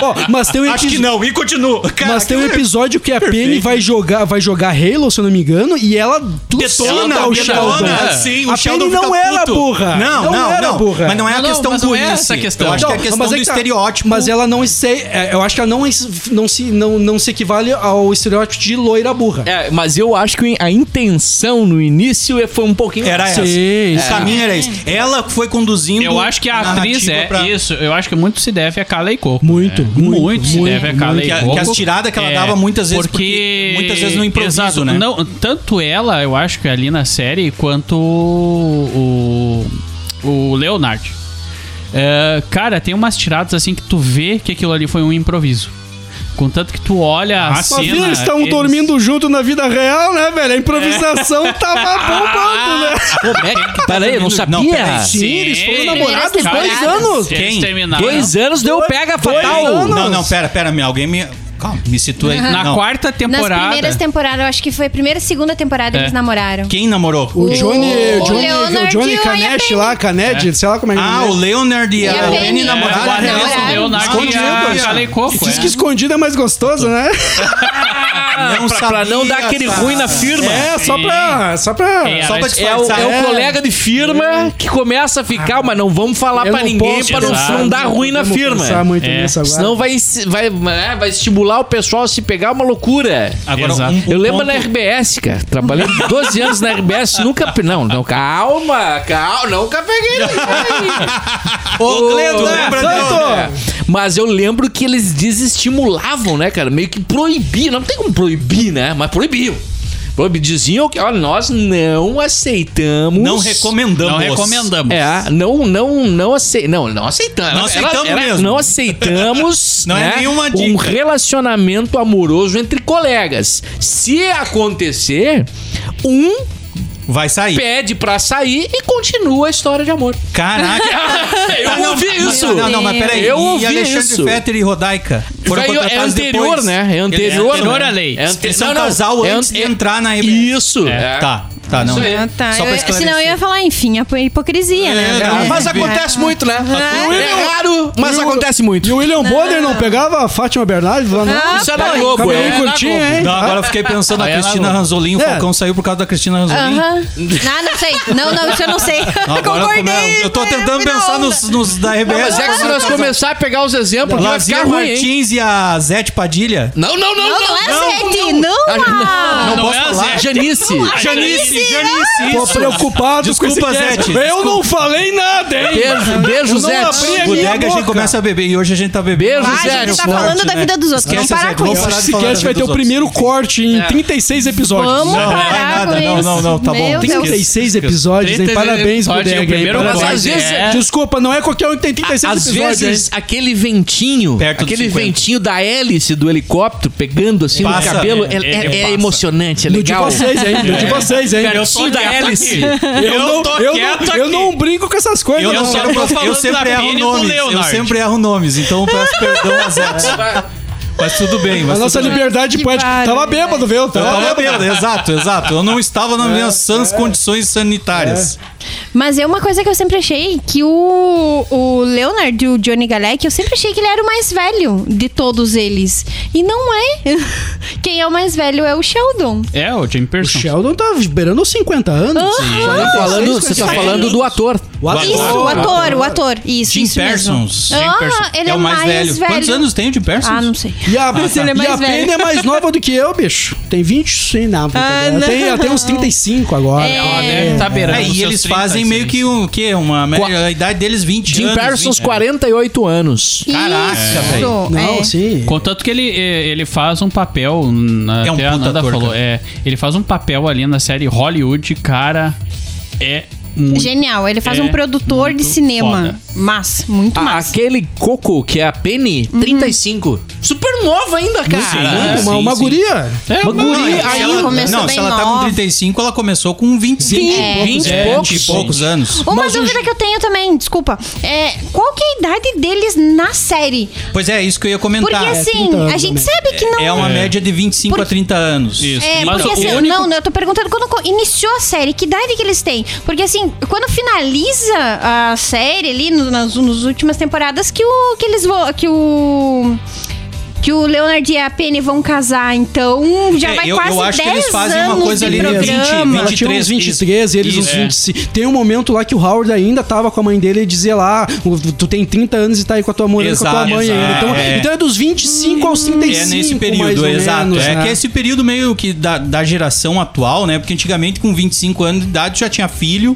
Speaker 5: Ó, mas tem um
Speaker 3: acho que
Speaker 5: episódio-
Speaker 3: não. E continua. Cara,
Speaker 5: Mas tem um
Speaker 3: que-
Speaker 5: episódio que a Penny
Speaker 3: Perfeito.
Speaker 5: vai jogar, vai jogar Halo, se eu não me engano, e ela
Speaker 3: Detona,
Speaker 5: detona o Sheldon.
Speaker 3: detona, sim, o
Speaker 5: a
Speaker 3: Sheldon
Speaker 5: Penny
Speaker 3: fica
Speaker 5: não era
Speaker 3: puto.
Speaker 5: burra.
Speaker 3: Não, não, não.
Speaker 5: era burra.
Speaker 3: Mas não é a
Speaker 6: Não, não,
Speaker 3: questão
Speaker 6: mas
Speaker 3: do
Speaker 6: não é essa a questão.
Speaker 3: Eu acho
Speaker 5: Não,
Speaker 3: que é a questão
Speaker 5: mas
Speaker 3: do
Speaker 5: que tá-
Speaker 3: estereótipo.
Speaker 5: Mas ela não se, é, eu acho que ela não, es- não, se, não, não se equivale ao estereótipo de loira burra.
Speaker 4: É, mas eu acho que a intenção no início é- foi um pouquinho.
Speaker 3: Era essa.
Speaker 5: Sim,
Speaker 3: o
Speaker 5: sim.
Speaker 3: caminho era esse. Ela foi conduzindo.
Speaker 6: Eu acho que a atriz
Speaker 3: narrativa
Speaker 6: é
Speaker 3: pra-
Speaker 6: isso. Eu acho que muito se deve a Kalei Coco.
Speaker 5: Muito,
Speaker 6: É,
Speaker 5: muito,
Speaker 6: se
Speaker 5: muito,
Speaker 6: deve a
Speaker 5: muito.
Speaker 6: Kalei
Speaker 3: Que a-
Speaker 6: Coco.
Speaker 3: que as tiradas que ela dava muitas vezes, porque muitas vezes no improviso,
Speaker 6: É, Exato.
Speaker 3: né?
Speaker 6: Não, tanto ela, eu acho que ali na série, quanto o, o Leonard. É, cara, tem umas tiradas assim que tu vê que aquilo ali foi um improviso. Contanto que tu olha
Speaker 3: Ah,
Speaker 6: a
Speaker 5: Mas,
Speaker 6: cena...
Speaker 5: filho,
Speaker 3: né?
Speaker 5: eles estão
Speaker 6: eles-
Speaker 5: dormindo junto na vida real, né, velho? A improvisação tava bombando, né?
Speaker 4: Como é que. Peraí, eu não sabia.
Speaker 3: Não, peraí,
Speaker 5: Sim, eles foram namorados
Speaker 7: Cara,
Speaker 5: dois anos.
Speaker 3: Quem?
Speaker 6: Eles terminaram.
Speaker 4: Dois anos deu pega fatal.
Speaker 3: Não, não, pera, pera. me- Alguém me. Calma, me situa aí.
Speaker 6: Na
Speaker 3: Não.
Speaker 6: quarta
Speaker 7: Nas
Speaker 6: temporada...
Speaker 7: primeiras temporadas, eu acho que foi a primeira e segunda temporada,
Speaker 6: É.
Speaker 7: eles namoraram.
Speaker 3: Quem namorou?
Speaker 5: O Johnny,
Speaker 7: O
Speaker 5: Johnny, o
Speaker 7: Leonard e
Speaker 5: Johnny
Speaker 7: o
Speaker 5: Canetti
Speaker 7: Ian
Speaker 5: lá, Canetti, sei lá como é que
Speaker 3: Ah, o Leonard e,
Speaker 7: E
Speaker 3: a
Speaker 7: a
Speaker 3: Penny
Speaker 7: Penny.
Speaker 3: namoraram.
Speaker 7: É,
Speaker 3: mesmo?
Speaker 7: namoraram.
Speaker 6: Leonardo e a
Speaker 3: Escondido,
Speaker 6: Kalei Coco.
Speaker 5: Diz
Speaker 6: é.
Speaker 5: que escondido é mais gostoso, né?
Speaker 3: Não
Speaker 4: Pra, pra não
Speaker 3: sabia,
Speaker 4: dar aquele
Speaker 3: cara.
Speaker 4: ruim na firma.
Speaker 5: É, só
Speaker 6: Sim.
Speaker 5: pra. Só pra.
Speaker 6: É,
Speaker 3: Só pra
Speaker 6: mas-
Speaker 4: É o,
Speaker 3: disfarçar.
Speaker 4: é o
Speaker 5: É.
Speaker 4: colega de firma que começa a ficar, mas não vamos falar
Speaker 5: Eu
Speaker 4: pra
Speaker 5: não
Speaker 4: ninguém
Speaker 5: posso
Speaker 4: pra não,
Speaker 5: pensar,
Speaker 4: não dar ruim na
Speaker 5: podemos
Speaker 4: firma.
Speaker 5: pensar muito
Speaker 6: É.
Speaker 5: nisso agora.
Speaker 4: Senão vai, ensi- vai, é, vai estimular o pessoal a se pegar uma loucura.
Speaker 3: Agora,
Speaker 6: Exato.
Speaker 3: um- um
Speaker 4: Eu lembro
Speaker 3: ponto-
Speaker 4: na RBS, cara. Trabalhei 12 anos na RBS, nunca. pe- Não, não, calma, calma, nunca peguei.
Speaker 3: Ô, Cleto,
Speaker 4: Tu
Speaker 3: lembra né? do...
Speaker 4: Mas eu lembro que eles desestimulavam, né, cara? Meio que proibiam. Não tem como proibir, né? Mas proibiam. Proibiam. Diziam que, olha, nós não aceitamos.
Speaker 3: Não recomendamos.
Speaker 6: Não recomendamos.
Speaker 4: É, não, não, não aceitamos. Não, não aceitamos.
Speaker 3: Não aceitamos mesmo.
Speaker 4: Não aceitamos.
Speaker 3: Não é
Speaker 4: né,
Speaker 3: nenhuma
Speaker 4: Um
Speaker 3: dica.
Speaker 4: relacionamento amoroso entre colegas. Se acontecer, um
Speaker 3: Vai sair.
Speaker 4: pede pra sair e continua a história de amor.
Speaker 3: Caraca.
Speaker 4: Eu
Speaker 3: Ah, não,
Speaker 4: ouvi
Speaker 3: não,
Speaker 4: isso.
Speaker 3: Não, não, mas peraí.
Speaker 4: Eu
Speaker 3: e
Speaker 4: ouvi
Speaker 3: Alexandre
Speaker 4: isso.
Speaker 3: Fetter e Rodaica foram
Speaker 4: Vai, é
Speaker 3: contratados
Speaker 4: anterior,
Speaker 3: depois.
Speaker 4: né? É anterior,
Speaker 3: É anterior
Speaker 4: né?
Speaker 3: à lei.
Speaker 4: É ante-
Speaker 3: Eles são
Speaker 4: não, não.
Speaker 3: casal
Speaker 4: É
Speaker 3: antes
Speaker 4: an-
Speaker 3: de
Speaker 4: é-
Speaker 3: entrar na RBS.
Speaker 4: Isso.
Speaker 6: É.
Speaker 3: Tá, tá, não.
Speaker 4: Isso aí.
Speaker 7: Ah, tá.
Speaker 3: Só pra
Speaker 7: Eu-
Speaker 3: esclarecer.
Speaker 7: senão eu ia falar, enfim, a hipocrisia, né?
Speaker 3: É,
Speaker 4: Mas acontece muito,
Speaker 3: Tá
Speaker 4: né? É raro, mas acontece muito.
Speaker 5: E o William Bonner não pegava a Fátima Bernardes lá, não?
Speaker 4: Isso é da Globo,
Speaker 5: Cabelinho
Speaker 4: é.
Speaker 5: curtinho,
Speaker 4: Da Globo.
Speaker 5: hein?
Speaker 3: Não, né? agora eu fiquei pensando na
Speaker 6: Aí é na
Speaker 3: Cristina
Speaker 6: Globo.
Speaker 3: Ranzolin. O
Speaker 5: É.
Speaker 3: Falcão saiu por causa da Cristina Ranzolin.
Speaker 7: Aham. Ah, não sei. Não, não, isso eu não sei.
Speaker 3: Agora eu come- eu tô tentando pensar nos, nos da RBS.
Speaker 4: Mas é que se nós começar a pegar os exemplos, vai
Speaker 3: Lazinha
Speaker 4: ficar ruim, hein?
Speaker 3: Martins e a Zete Padilha.
Speaker 4: Não, não, não,
Speaker 7: Não,
Speaker 4: não.
Speaker 7: não é sete, não!
Speaker 4: Ah,
Speaker 7: ah.
Speaker 3: Não,
Speaker 6: não
Speaker 3: posso
Speaker 6: é a
Speaker 3: falar.
Speaker 6: Zete.
Speaker 4: Janice.
Speaker 3: Janice!
Speaker 5: Tô Tá preocupado com
Speaker 3: Desculpa,
Speaker 5: esse cast.
Speaker 3: Zete.
Speaker 5: Eu não falei nada, hein?
Speaker 4: Beijo, beijo, Zé.
Speaker 5: abri a minha
Speaker 3: Bodega a gente
Speaker 5: boca.
Speaker 3: começa a beber e hoje a gente tá bebendo.
Speaker 4: Beijo,
Speaker 7: Vai,
Speaker 4: Zé.
Speaker 7: gente, tá falando da vida dos outros. Vamos
Speaker 3: né? Esquece
Speaker 7: parar
Speaker 3: essa-
Speaker 7: com
Speaker 3: vamos
Speaker 7: isso.
Speaker 3: parar de
Speaker 5: Esse
Speaker 3: falar da
Speaker 5: cast vai
Speaker 3: vida
Speaker 5: ter o
Speaker 3: dos
Speaker 5: primeiro corte em 36 episódios.
Speaker 7: Vamos
Speaker 3: Não, não é
Speaker 7: parar
Speaker 3: nada,
Speaker 7: com
Speaker 3: não,
Speaker 7: isso.
Speaker 3: não, não, tá bom.
Speaker 7: Meu
Speaker 3: Tem que
Speaker 7: Deus.
Speaker 3: ter
Speaker 5: 36 episódios, hein?
Speaker 6: 36
Speaker 5: Parabéns,
Speaker 6: episódios, é o
Speaker 5: Bodega. hein?
Speaker 6: primeiro
Speaker 5: Parabéns.
Speaker 4: Mas às
Speaker 6: Pode,
Speaker 4: vezes,
Speaker 6: é.
Speaker 5: Desculpa, não é qualquer um que tem 36
Speaker 4: às
Speaker 5: episódios.
Speaker 4: vezes
Speaker 5: hein?
Speaker 4: aquele ventinho,
Speaker 3: Perto dos
Speaker 4: aquele
Speaker 3: 50.
Speaker 4: ventinho da hélice do helicóptero pegando assim
Speaker 3: Passa,
Speaker 4: no cabelo, é, é-
Speaker 3: é, ele
Speaker 4: é
Speaker 3: passa.
Speaker 4: emocionante, é
Speaker 5: No assim, de
Speaker 4: legal.
Speaker 5: tipo vocês, hein? No de vocês, hein?
Speaker 4: Cara, eu sou da hélice.
Speaker 6: um-
Speaker 5: Eu não, eu, não, eu não brinco com essas coisas.
Speaker 3: Eu, não
Speaker 5: não.
Speaker 3: quero-
Speaker 6: tô
Speaker 3: eu
Speaker 6: falando da
Speaker 3: sempre erro
Speaker 6: Miriam e do
Speaker 3: nomes. Eu
Speaker 6: Leonard.
Speaker 3: sempre erro nomes, então eu peço perdão a Zete. Mas tudo bem,
Speaker 5: A
Speaker 3: mas
Speaker 5: nossa é
Speaker 3: tudo bem.
Speaker 5: liberdade
Speaker 7: Que né?
Speaker 5: poética. Tava
Speaker 7: barbaridade.
Speaker 5: bêbado, viu?
Speaker 3: Eu
Speaker 5: Tava
Speaker 3: Então tava
Speaker 5: bêbado.
Speaker 3: bêbado, exato, exato. Eu não estava nas
Speaker 5: É,
Speaker 3: minhas sãs condições sanitárias.
Speaker 7: Mas é uma coisa que eu sempre achei que o, o Leonard e o Johnny Galec, eu sempre achei que ele era o mais velho de todos eles. E não é. Quem é o mais velho é o Sheldon.
Speaker 6: É, o Jim
Speaker 5: O
Speaker 6: Pearson.
Speaker 5: Sheldon tá beirando os 50 anos.
Speaker 4: Tá falando- você tá falando do ator.
Speaker 5: O ator.
Speaker 7: Isso, o ator, o ator. Isso,
Speaker 3: Jim
Speaker 7: isso mesmo.
Speaker 3: Persons.
Speaker 7: Ah,
Speaker 3: Jim Persons.
Speaker 7: ele é o mais velho.
Speaker 3: Quantos anos tem o Jim Persons?
Speaker 7: Ah, não sei.
Speaker 5: E a,
Speaker 7: Mas ele é
Speaker 5: e
Speaker 7: mais
Speaker 5: a
Speaker 7: velho. Ah,
Speaker 5: Penny é mais nova do que eu, bicho. Tem 20, sim, não. brincadeira.
Speaker 7: não. É.
Speaker 5: Ela tem, ela tem uns 35 agora.
Speaker 6: Ela deve tá beirando
Speaker 3: É,
Speaker 6: os
Speaker 3: e
Speaker 6: seus
Speaker 3: eles
Speaker 6: 30,
Speaker 3: fazem
Speaker 6: assim.
Speaker 3: meio que um, que uma média, a idade deles 20
Speaker 4: Jim
Speaker 3: anos. é.
Speaker 4: Parsons,
Speaker 3: 20.
Speaker 4: 48 anos.
Speaker 3: Caraca,
Speaker 7: isso,
Speaker 3: velho.
Speaker 5: Não,
Speaker 7: é.
Speaker 5: sim.
Speaker 6: Contanto que ele, é, ele faz um papel. Na,
Speaker 3: É um
Speaker 6: até a
Speaker 3: puta
Speaker 6: Nanda
Speaker 3: ator,
Speaker 6: falou.
Speaker 3: cara.
Speaker 6: É, ele faz um papel ali na série Hollywood, cara. É muito.
Speaker 7: Genial, ele faz
Speaker 6: É
Speaker 7: um produtor de
Speaker 6: muito
Speaker 7: cinema.
Speaker 6: foda.
Speaker 7: Mas, muito
Speaker 4: A-
Speaker 7: massa.
Speaker 4: aquele coco que é a Penny, 35. Super nova ainda, cara.
Speaker 5: Uma, uma guria.
Speaker 6: É,
Speaker 5: uma
Speaker 6: mas-
Speaker 5: guria.
Speaker 3: Se
Speaker 7: Aí
Speaker 3: ela-
Speaker 7: começou
Speaker 3: não,
Speaker 7: bem
Speaker 3: se ela tá com
Speaker 7: nova.
Speaker 3: 35, ela começou com 25.
Speaker 7: É.
Speaker 4: 20 e
Speaker 3: É,
Speaker 4: poucos.
Speaker 3: de poucos anos.
Speaker 7: Uma
Speaker 5: Mas o
Speaker 7: dúvida
Speaker 5: Ju-
Speaker 7: que eu tenho também, desculpa. É, qual que é a idade deles na série?
Speaker 3: Pois é, isso que eu ia
Speaker 7: Porque
Speaker 3: comentar.
Speaker 7: assim,
Speaker 5: 30 anos
Speaker 7: a
Speaker 5: também.
Speaker 7: gente sabe que não.
Speaker 3: É uma média de 25 a 30 anos.
Speaker 6: Isso.
Speaker 7: É,
Speaker 6: Mas
Speaker 7: porque
Speaker 6: o
Speaker 7: assim,
Speaker 6: único-
Speaker 7: não, não, eu tô perguntando quando co- iniciou a série, que idade que eles têm? Porque assim, quando finaliza a série ali no- nas, nas últimas temporadas que o que eles vão que o que o Leonard e a Penny vão casar, então já
Speaker 3: É,
Speaker 7: vai
Speaker 3: eu- eu
Speaker 7: quase 10
Speaker 3: acho que eles fazem uma
Speaker 7: anos
Speaker 3: coisa
Speaker 7: de
Speaker 3: ali né? no 20,
Speaker 7: programa.
Speaker 5: Ela tinha uns
Speaker 3: 23,
Speaker 5: 23 um, e eles uns
Speaker 3: isso.
Speaker 5: 25. Tem um momento lá que o Howard ainda tava com a mãe dele e dizia lá: Tu tem 30 anos e tá aí com a tua mulher, com a tua
Speaker 3: Exato,
Speaker 5: mãe ainda. Então
Speaker 3: é.
Speaker 5: é, então é dos 25 aos 35.
Speaker 3: É nesse
Speaker 5: mais
Speaker 3: período,
Speaker 5: ou
Speaker 3: exato.
Speaker 5: menos,
Speaker 3: é
Speaker 5: né?
Speaker 3: que é esse período meio que da, da geração atual, né? Porque antigamente, com 25 anos de idade, já tinha filho.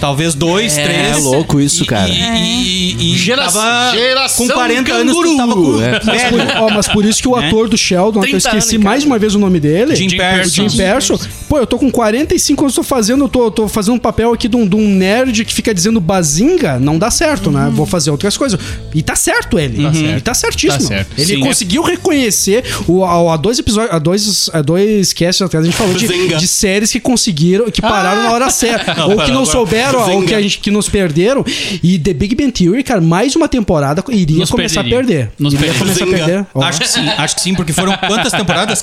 Speaker 3: Talvez dois,
Speaker 4: É, é
Speaker 3: três.
Speaker 4: louco isso,
Speaker 3: E-
Speaker 4: cara.
Speaker 3: E, e- e
Speaker 4: Gera-
Speaker 3: tava
Speaker 4: geração
Speaker 3: com 40 anos,
Speaker 4: canguru.
Speaker 3: tu tava com... um
Speaker 4: É.
Speaker 5: Mas
Speaker 3: Velho,
Speaker 5: por, ó, mas por isso que o
Speaker 3: Né?
Speaker 5: ator do Sheldon, que eu
Speaker 4: 30 anos,
Speaker 5: esqueci
Speaker 4: cara.
Speaker 5: mais uma vez o nome dele.
Speaker 3: Jim
Speaker 5: Jim
Speaker 3: Parsons.
Speaker 5: Parsons. Pô, eu tô com 45 anos, tô fazendo, eu tô, tô fazendo um papel aqui de um, de um nerd que fica dizendo bazinga, não dá certo, né? Vou fazer outras coisas. E tá certo ele. E tá certíssimo.
Speaker 6: Tá certo.
Speaker 5: Ele
Speaker 6: Sim.
Speaker 5: conseguiu reconhecer o, a, a dois episódios, a dois, a dois casts atrás, a gente falou de, de séries que conseguiram, que pararam na hora certa. ou que
Speaker 3: parou
Speaker 5: não
Speaker 3: agora.
Speaker 5: souberam, ó, ou que, a gente, que nos perderam. E The Big Bang Theory, cara, mais uma temporada iria
Speaker 6: Nos
Speaker 5: começar a
Speaker 6: perderia.
Speaker 5: perder.
Speaker 6: Nos
Speaker 5: iria
Speaker 6: perderia.
Speaker 5: começar a perder. Ó.
Speaker 3: Acho que sim, acho que sim, porque foram quantas temporadas?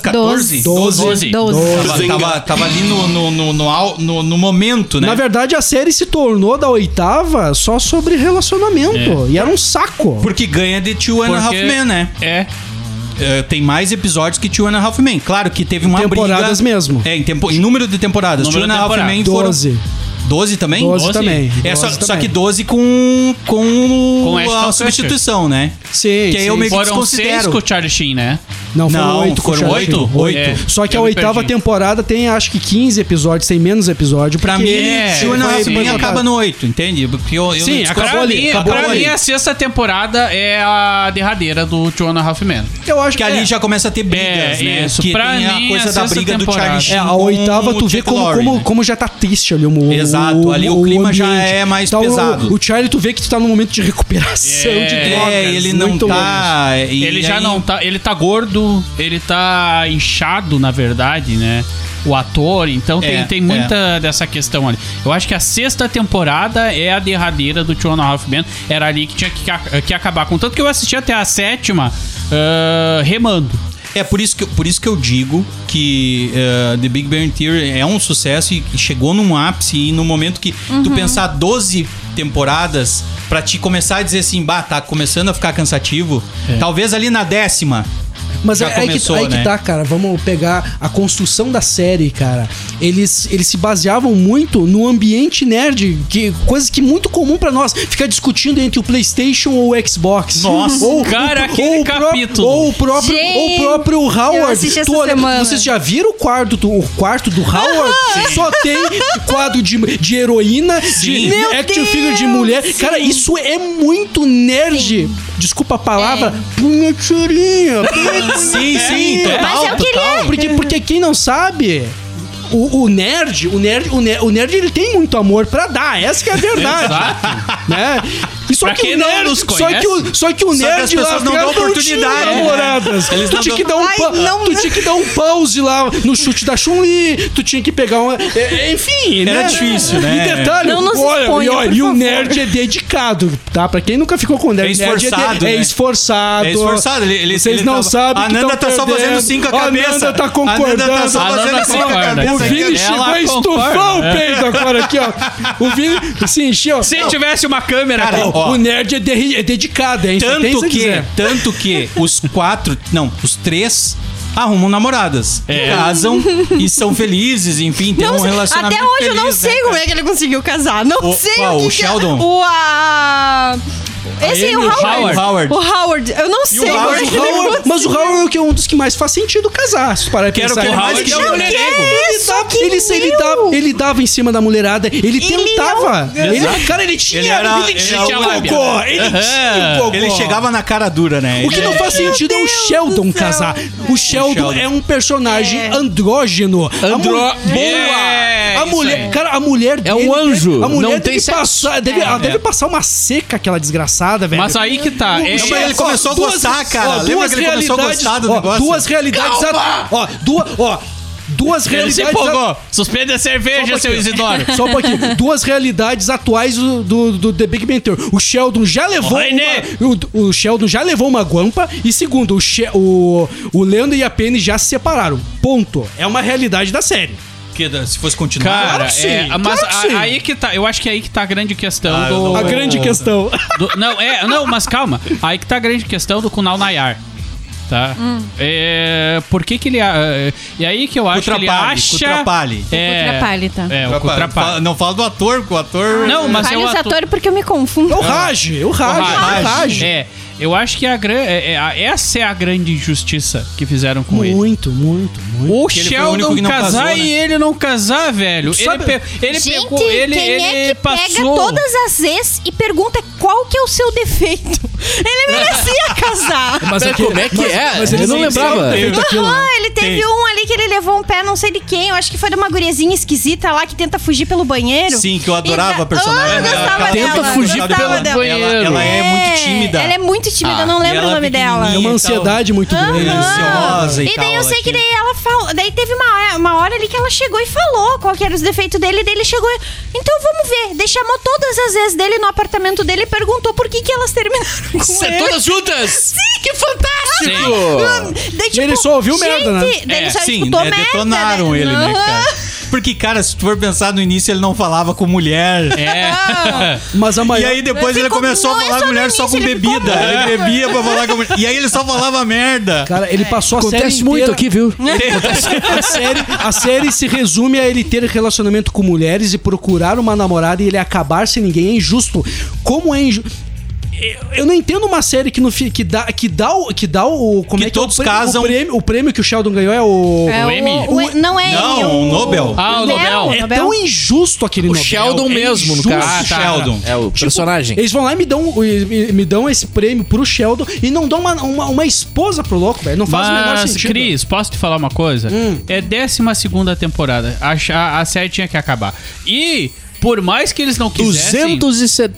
Speaker 5: Doze.
Speaker 3: 14?
Speaker 6: Doze.
Speaker 7: Doze.
Speaker 3: Tava, tava- tava ali no, no, no, no au- no- no momento, né?
Speaker 5: Na verdade, a série se tornou da oitava só sobre relacionamento.
Speaker 3: É.
Speaker 5: E era um saco.
Speaker 3: Porque ganha de Two and a Half
Speaker 6: Porque-
Speaker 3: Men, né?
Speaker 6: É.
Speaker 3: É, tem mais episódios que Two and a Half Men. Claro que teve uma
Speaker 5: Temporadas
Speaker 3: briga...
Speaker 5: mesmo.
Speaker 3: É, em, tempo- em número de temporadas.
Speaker 6: Número
Speaker 3: Two and
Speaker 6: de
Speaker 3: a Half
Speaker 6: temporada.
Speaker 3: Men foram...
Speaker 5: 12.
Speaker 3: 12 também?
Speaker 5: 12, também.
Speaker 3: É, só,
Speaker 5: 12
Speaker 3: só
Speaker 5: também.
Speaker 3: que 12 com, com,
Speaker 6: Com Ashton
Speaker 3: a
Speaker 6: Kutcher.
Speaker 3: substituição, né?
Speaker 5: Sim,
Speaker 3: Que
Speaker 5: sim,
Speaker 3: aí eu meio
Speaker 5: sim.
Speaker 3: que
Speaker 6: Foram seis
Speaker 3: desconsidero.
Speaker 6: com o Charlie Sheen, né?
Speaker 5: Não, foram
Speaker 3: Não,
Speaker 5: oito. com
Speaker 3: foram
Speaker 5: Charlie
Speaker 3: oito?
Speaker 5: Sheen.
Speaker 3: Oito.
Speaker 5: É. Só que a
Speaker 6: Eu me
Speaker 5: oitava
Speaker 6: perdi.
Speaker 5: temporada tem acho que 15 episódios, tem menos episódio.
Speaker 3: Pra
Speaker 5: porque-
Speaker 3: mim,
Speaker 6: É,
Speaker 3: Two and a
Speaker 5: foi
Speaker 3: Half Men
Speaker 5: bem
Speaker 3: acaba
Speaker 5: botado.
Speaker 3: no 8, entende? Porque eu, eu
Speaker 5: Sim,
Speaker 3: não-
Speaker 5: acabou
Speaker 6: pra
Speaker 5: ali,
Speaker 6: mim,
Speaker 5: acabou
Speaker 6: pra
Speaker 5: ali.
Speaker 6: mim, a sexta temporada é a derradeira do Jonah Halfman.
Speaker 5: Eu acho
Speaker 3: que ali
Speaker 5: é.
Speaker 3: já começa a ter brigas,
Speaker 6: É,
Speaker 3: né?
Speaker 6: isso.
Speaker 3: Que
Speaker 6: Pra
Speaker 3: tem
Speaker 6: mim,
Speaker 3: a coisa
Speaker 6: a
Speaker 3: da
Speaker 6: sexta
Speaker 3: briga do
Speaker 6: temporada.
Speaker 3: Charlie Sheen
Speaker 5: É, a
Speaker 3: com
Speaker 5: oitava,
Speaker 3: o
Speaker 5: tu vê
Speaker 3: Jack
Speaker 5: como,
Speaker 3: Lowry,
Speaker 5: como,
Speaker 3: né?
Speaker 5: como já tá triste ali o o-
Speaker 3: Exato, ali o clima já
Speaker 5: ambiente.
Speaker 3: é mais
Speaker 5: Então, o-
Speaker 3: pesado.
Speaker 5: O, Charlie, tu vê que tu tá num momento de recuperação
Speaker 6: É,
Speaker 5: de drogas.
Speaker 3: É, ele não
Speaker 5: muito longe.
Speaker 3: tá... e
Speaker 6: ele já
Speaker 3: aí-
Speaker 6: não tá. Ele tá gordo, ele tá inchado, na verdade, né? O ator, então tem,
Speaker 3: É,
Speaker 6: tem muita dessa questão ali. Eu acho que a sexta temporada é a derradeira do Jonah Halfman. Era ali que tinha que, ca- que acabar. Contanto que eu assisti até a sétima ah, remando.
Speaker 3: É por isso que, por isso que eu digo que eh, The Big Bang Theory é um sucesso e chegou num ápice e no momento que tu pensar 12 temporadas
Speaker 6: É.
Speaker 3: pra te começar a dizer assim, bah, tá começando a ficar cansativo. Talvez ali na décima
Speaker 5: Mas é,
Speaker 3: Já
Speaker 5: aí,
Speaker 3: começou,
Speaker 5: que, aí que
Speaker 3: né?
Speaker 5: tá, cara. Vamos pegar a construção da série, cara. Eles, eles se baseavam muito no ambiente nerd, que coisas que é muito comum pra nós. Ficar discutindo entre o PlayStation ou o Xbox.
Speaker 3: Nossa,
Speaker 5: ou,
Speaker 6: cara,
Speaker 5: ou-
Speaker 6: aquele
Speaker 5: ou o pró-
Speaker 6: capítulo.
Speaker 5: Ou o próprio, ou o
Speaker 7: Gente,
Speaker 5: próprio
Speaker 7: eu
Speaker 5: Howard.
Speaker 7: assisti essa
Speaker 5: Tu olha-
Speaker 7: semana.
Speaker 5: vocês já viram o quarto do, o quarto do Howard? Só tem quadro de, de heroína, de
Speaker 3: Sim.
Speaker 7: Meu
Speaker 5: action
Speaker 7: Deus,
Speaker 5: figure de mulher.
Speaker 7: sim.
Speaker 5: Cara, isso é muito nerd. Desculpa a palavra,
Speaker 7: É.
Speaker 5: punhaturinha.
Speaker 3: Sim, sim, total.
Speaker 7: Mas é o que ele
Speaker 3: total.
Speaker 7: é.
Speaker 5: Porque, porque quem não sabe. O, o nerd, o nerd, o nerd, o nerd, ele tem muito amor pra dar, essa que é a verdade. né? E só
Speaker 6: Pra
Speaker 5: que
Speaker 6: quem
Speaker 5: o
Speaker 6: não
Speaker 5: nerd,
Speaker 6: nos
Speaker 5: só que o, só que o
Speaker 3: Só que
Speaker 5: nerd
Speaker 3: as pessoas não
Speaker 5: atrás
Speaker 3: dão oportunidade,
Speaker 5: tinha
Speaker 3: né?
Speaker 5: namoradas.
Speaker 3: Eles
Speaker 5: tu
Speaker 3: não
Speaker 5: tinha que
Speaker 3: dão-
Speaker 5: dar um,
Speaker 7: Ai,
Speaker 5: pa-
Speaker 7: não.
Speaker 5: tu tinha que dar um pause lá no chute da Chun-Li, tu tinha que pegar uma, é- é, enfim,
Speaker 3: Era
Speaker 5: né?
Speaker 3: difícil, né?
Speaker 5: E detalhe,
Speaker 7: Não nos
Speaker 5: olha,
Speaker 7: exponha,
Speaker 5: e, olha,
Speaker 7: por
Speaker 5: e o
Speaker 7: favor.
Speaker 5: nerd é dedicado, tá? Pra quem nunca ficou com nerd,
Speaker 3: É
Speaker 5: nerd de-
Speaker 3: esforçado,
Speaker 5: é
Speaker 3: né?
Speaker 5: esforçado.
Speaker 3: É esforçado, ele- ele-
Speaker 5: Vocês
Speaker 3: ele
Speaker 5: não
Speaker 3: tava-
Speaker 5: sabem
Speaker 3: A
Speaker 5: que
Speaker 3: Nanda
Speaker 5: tão
Speaker 3: tá só
Speaker 5: perdendo.
Speaker 3: fazendo cinco a
Speaker 5: A
Speaker 3: cabeça.
Speaker 5: Nanda tá
Speaker 3: A Nanda tá
Speaker 5: concordando.
Speaker 3: só
Speaker 6: A Nanda
Speaker 3: fazendo cinco a
Speaker 6: concorda.
Speaker 3: cabeça.
Speaker 5: O Vini
Speaker 3: aqui.
Speaker 5: chegou
Speaker 6: Ela
Speaker 5: a estufar o peito agora aqui, ó. O Vini se encheu.
Speaker 6: Se tivesse uma câmera,
Speaker 3: Cara,
Speaker 6: cara,
Speaker 3: ó.
Speaker 5: O nerd é, derri- é dedicado, hein? Só tem isso
Speaker 3: Tanto
Speaker 5: a
Speaker 3: que,
Speaker 5: dizer.
Speaker 3: tanto que os quatro, não, os três arrumam namoradas, casam e são felizes, enfim, tem
Speaker 7: Não
Speaker 3: um
Speaker 7: sei-
Speaker 3: relacionamento
Speaker 7: até hoje eu não
Speaker 3: feliz,
Speaker 7: sei
Speaker 3: né,
Speaker 7: como
Speaker 3: cara?
Speaker 7: é que ele conseguiu casar. Não
Speaker 3: O-
Speaker 7: sei
Speaker 3: qual?
Speaker 7: o que
Speaker 3: O
Speaker 7: que é-
Speaker 3: Sheldon?
Speaker 7: O a... Esse aí, o
Speaker 3: Amy
Speaker 7: Howard.
Speaker 3: Howard.
Speaker 7: O Howard. Eu não sei. como é
Speaker 5: Mas
Speaker 7: que
Speaker 5: o
Speaker 7: ele
Speaker 5: Howard, mas o
Speaker 7: conseguiu.
Speaker 5: Howard é o que é um dos que mais faz sentido casar, se parar e
Speaker 3: Quero
Speaker 5: pensar.
Speaker 3: que o
Speaker 5: Ele
Speaker 3: Howard
Speaker 5: mais
Speaker 3: é um
Speaker 5: ele-
Speaker 3: mulherengo.
Speaker 5: ele, dava, ele, se- ele,
Speaker 7: meu?
Speaker 5: dava, ele dava em cima da mulherada, ele, tentava.
Speaker 3: não-
Speaker 5: Ele, cara, ele tinha,
Speaker 3: Ele
Speaker 5: ele,
Speaker 3: era- ele
Speaker 5: tinha
Speaker 3: era
Speaker 5: o
Speaker 3: lábia.
Speaker 5: cocô. Ele tinha o cocô.
Speaker 3: Ele chegava na cara dura, né?
Speaker 5: O que não faz sentido é o Sheldon casar. O Sheldon
Speaker 3: Sheldon.
Speaker 5: é um personagem andrógeno. A mu-
Speaker 4: Andró-
Speaker 6: É,
Speaker 5: Boa! A
Speaker 6: isso aí.
Speaker 5: mulher, cara, a mulher
Speaker 4: É um
Speaker 5: dele- né?
Speaker 4: anjo.
Speaker 5: A mulher
Speaker 4: Não
Speaker 5: deve
Speaker 4: tem sexo.
Speaker 5: passar,
Speaker 3: É.
Speaker 5: deve, ela deve passar uma seca aquela desgraçada, velho.
Speaker 6: mas aí que tá. É,
Speaker 5: O
Speaker 3: mas ele
Speaker 5: Sheldon-
Speaker 3: começou a
Speaker 5: duas-
Speaker 3: gostar, cara.
Speaker 5: ó,
Speaker 3: Lembra
Speaker 5: duas
Speaker 3: que ele começou a
Speaker 5: realidades-
Speaker 3: gostar do
Speaker 5: ó,
Speaker 3: negócio?
Speaker 5: Duas realidades. a- Ó, duas, ó, duas
Speaker 6: ele
Speaker 5: realidades.
Speaker 6: se empolgou. Suspenda a cerveja, seu Isidoro.
Speaker 5: um Só um pouquinho. Duas realidades atuais do, do, do The Big Bang Theory. O Sheldon já levou
Speaker 6: Oi, né?
Speaker 5: uma, o, o Sheldon já levou uma guampa e segundo, o, She, o, o Leandro e a Penny já se separaram. Ponto. É uma realidade da série.
Speaker 3: Que, se fosse continuar.
Speaker 6: Cara,
Speaker 5: que sim,
Speaker 6: é,
Speaker 5: claro
Speaker 6: mas
Speaker 5: que
Speaker 6: a-
Speaker 5: sim.
Speaker 6: aí que tá. Eu acho que é aí que tá a grande questão
Speaker 3: Ah, eu
Speaker 6: do.
Speaker 3: não
Speaker 5: A grande questão.
Speaker 6: do- não, é, não, mas calma. Aí que tá a grande questão do Kunal Nayar. Tá?
Speaker 7: Hum.
Speaker 6: É, por que que ele. ah, E aí que eu acho que ele
Speaker 3: Cutrapalhe,
Speaker 6: acha.
Speaker 3: Cutrapalhe.
Speaker 6: É,
Speaker 7: Cutrapalhe, tá.
Speaker 6: É,
Speaker 3: Rapaz,
Speaker 6: o
Speaker 3: fala-
Speaker 6: Cutrapalhe.
Speaker 3: Não fala do ator, que o ator.
Speaker 6: Não, mas é
Speaker 7: Fale
Speaker 6: o
Speaker 7: os
Speaker 6: ator.
Speaker 7: atores porque eu me confundo.
Speaker 5: O Raj, o Raj, o Raj.
Speaker 6: É, eu acho que a gran... é- é a- essa é a grande injustiça que fizeram com ele.
Speaker 5: Muito, muito, muito.
Speaker 6: O
Speaker 3: ele foi o único
Speaker 6: Sheldon
Speaker 3: que não
Speaker 6: casar
Speaker 3: casou, né?
Speaker 6: e ele não casar, velho. Ele,
Speaker 5: Sabe-
Speaker 6: pe- ele
Speaker 7: Gente,
Speaker 6: pegou, ele,
Speaker 7: quem
Speaker 6: ele
Speaker 7: é que pega
Speaker 6: passou.
Speaker 7: todas as vezes e pergunta qual que é o seu defeito? Ele merecia casar.
Speaker 4: Mas como é que é? eu
Speaker 6: um
Speaker 4: não lembrava.
Speaker 3: é né?
Speaker 7: Aham, ele teve um ali que ele levou um pé, não sei de quem. Eu acho que foi de uma guriazinha esquisita lá que tenta fugir pelo banheiro.
Speaker 3: Sim, que eu adorava
Speaker 7: E-
Speaker 3: a personagem
Speaker 7: Ah, eu
Speaker 3: dela,
Speaker 7: gostava
Speaker 3: cara.
Speaker 7: dela.
Speaker 4: Tenta fugir
Speaker 7: gostava
Speaker 4: pelo
Speaker 7: dela.
Speaker 4: banheiro.
Speaker 3: Ela, ela é, muito tímida.
Speaker 7: Ela é muito tímida, eu
Speaker 3: Ah,
Speaker 7: não
Speaker 3: e
Speaker 7: lembro o
Speaker 3: ela
Speaker 7: nome dela.
Speaker 5: É
Speaker 3: pequenininha.
Speaker 6: Então.
Speaker 5: uma ansiedade muito grande.
Speaker 3: Aham. ansiosa e
Speaker 7: E daí
Speaker 3: tal, assim.
Speaker 7: eu sei que
Speaker 3: aqui.
Speaker 7: daí ela falou. Daí teve uma, uma hora ali que ela chegou e falou qual que era os defeitos dele. Daí ele chegou. e- Então vamos ver. Daí chamou todas as vezes dele no apartamento dele e perguntou por que, que elas terminaram com
Speaker 4: Cê-
Speaker 7: ele.
Speaker 4: Todas juntas!
Speaker 7: Que fantástico!
Speaker 4: Sim.
Speaker 7: Daí, tipo,
Speaker 5: E ele só ouviu merda, né?
Speaker 7: Daí ele só
Speaker 3: Sim,
Speaker 7: escutou
Speaker 3: né,
Speaker 7: merda.
Speaker 3: detonaram
Speaker 7: né?
Speaker 3: ele, né,
Speaker 7: Aham.
Speaker 3: cara? Porque, cara, se tu for pensar no início, ele não falava com mulher.
Speaker 6: É.
Speaker 5: Mas a
Speaker 3: E
Speaker 5: maior...
Speaker 3: aí depois
Speaker 7: Ele
Speaker 3: ele
Speaker 7: ficou-
Speaker 3: começou
Speaker 7: não
Speaker 3: a
Speaker 7: é
Speaker 3: falar
Speaker 7: só
Speaker 3: com
Speaker 7: no
Speaker 3: mulher só com
Speaker 7: início, ele ficou-
Speaker 3: bebida. Ele bebia pra falar com mulher. E aí ele só falava merda.
Speaker 5: Cara, ele passou a série
Speaker 4: Acontece
Speaker 5: inteira...
Speaker 4: muito aqui, viu?
Speaker 5: A série, a série se resume a ele ter relacionamento com mulheres e procurar uma namorada e ele acabar sem ninguém. É injusto. Como é injusto. Eu não entendo uma série que, no, fi- que dá que dá o que dá o como
Speaker 3: Que
Speaker 5: é é
Speaker 3: todos
Speaker 5: o prêmio,
Speaker 3: casam.
Speaker 5: o prêmio, o prêmio que o Sheldon ganhou é o
Speaker 7: É,
Speaker 6: O M?
Speaker 7: não é
Speaker 3: Não,
Speaker 7: ele,
Speaker 3: o Nobel.
Speaker 6: Ah, o Nobel.
Speaker 5: é tão injusto
Speaker 4: O
Speaker 5: aquele Nobel.
Speaker 4: Sheldon
Speaker 5: É
Speaker 4: mesmo, no
Speaker 5: injusto.
Speaker 4: caso.
Speaker 3: Ah, tá. Sheldon.
Speaker 4: É o personagem.
Speaker 5: Eles vão lá e me dão, e- e- me dão esse prêmio pro Sheldon e não dão uma, uma, uma esposa pro louco, velho. Não faz o menor
Speaker 6: Mas,
Speaker 5: sentido. Hum.
Speaker 6: Cris, posso te falar uma coisa? É 12 segunda temporada. A, a, a série tinha que acabar. E, por mais que eles não quisessem...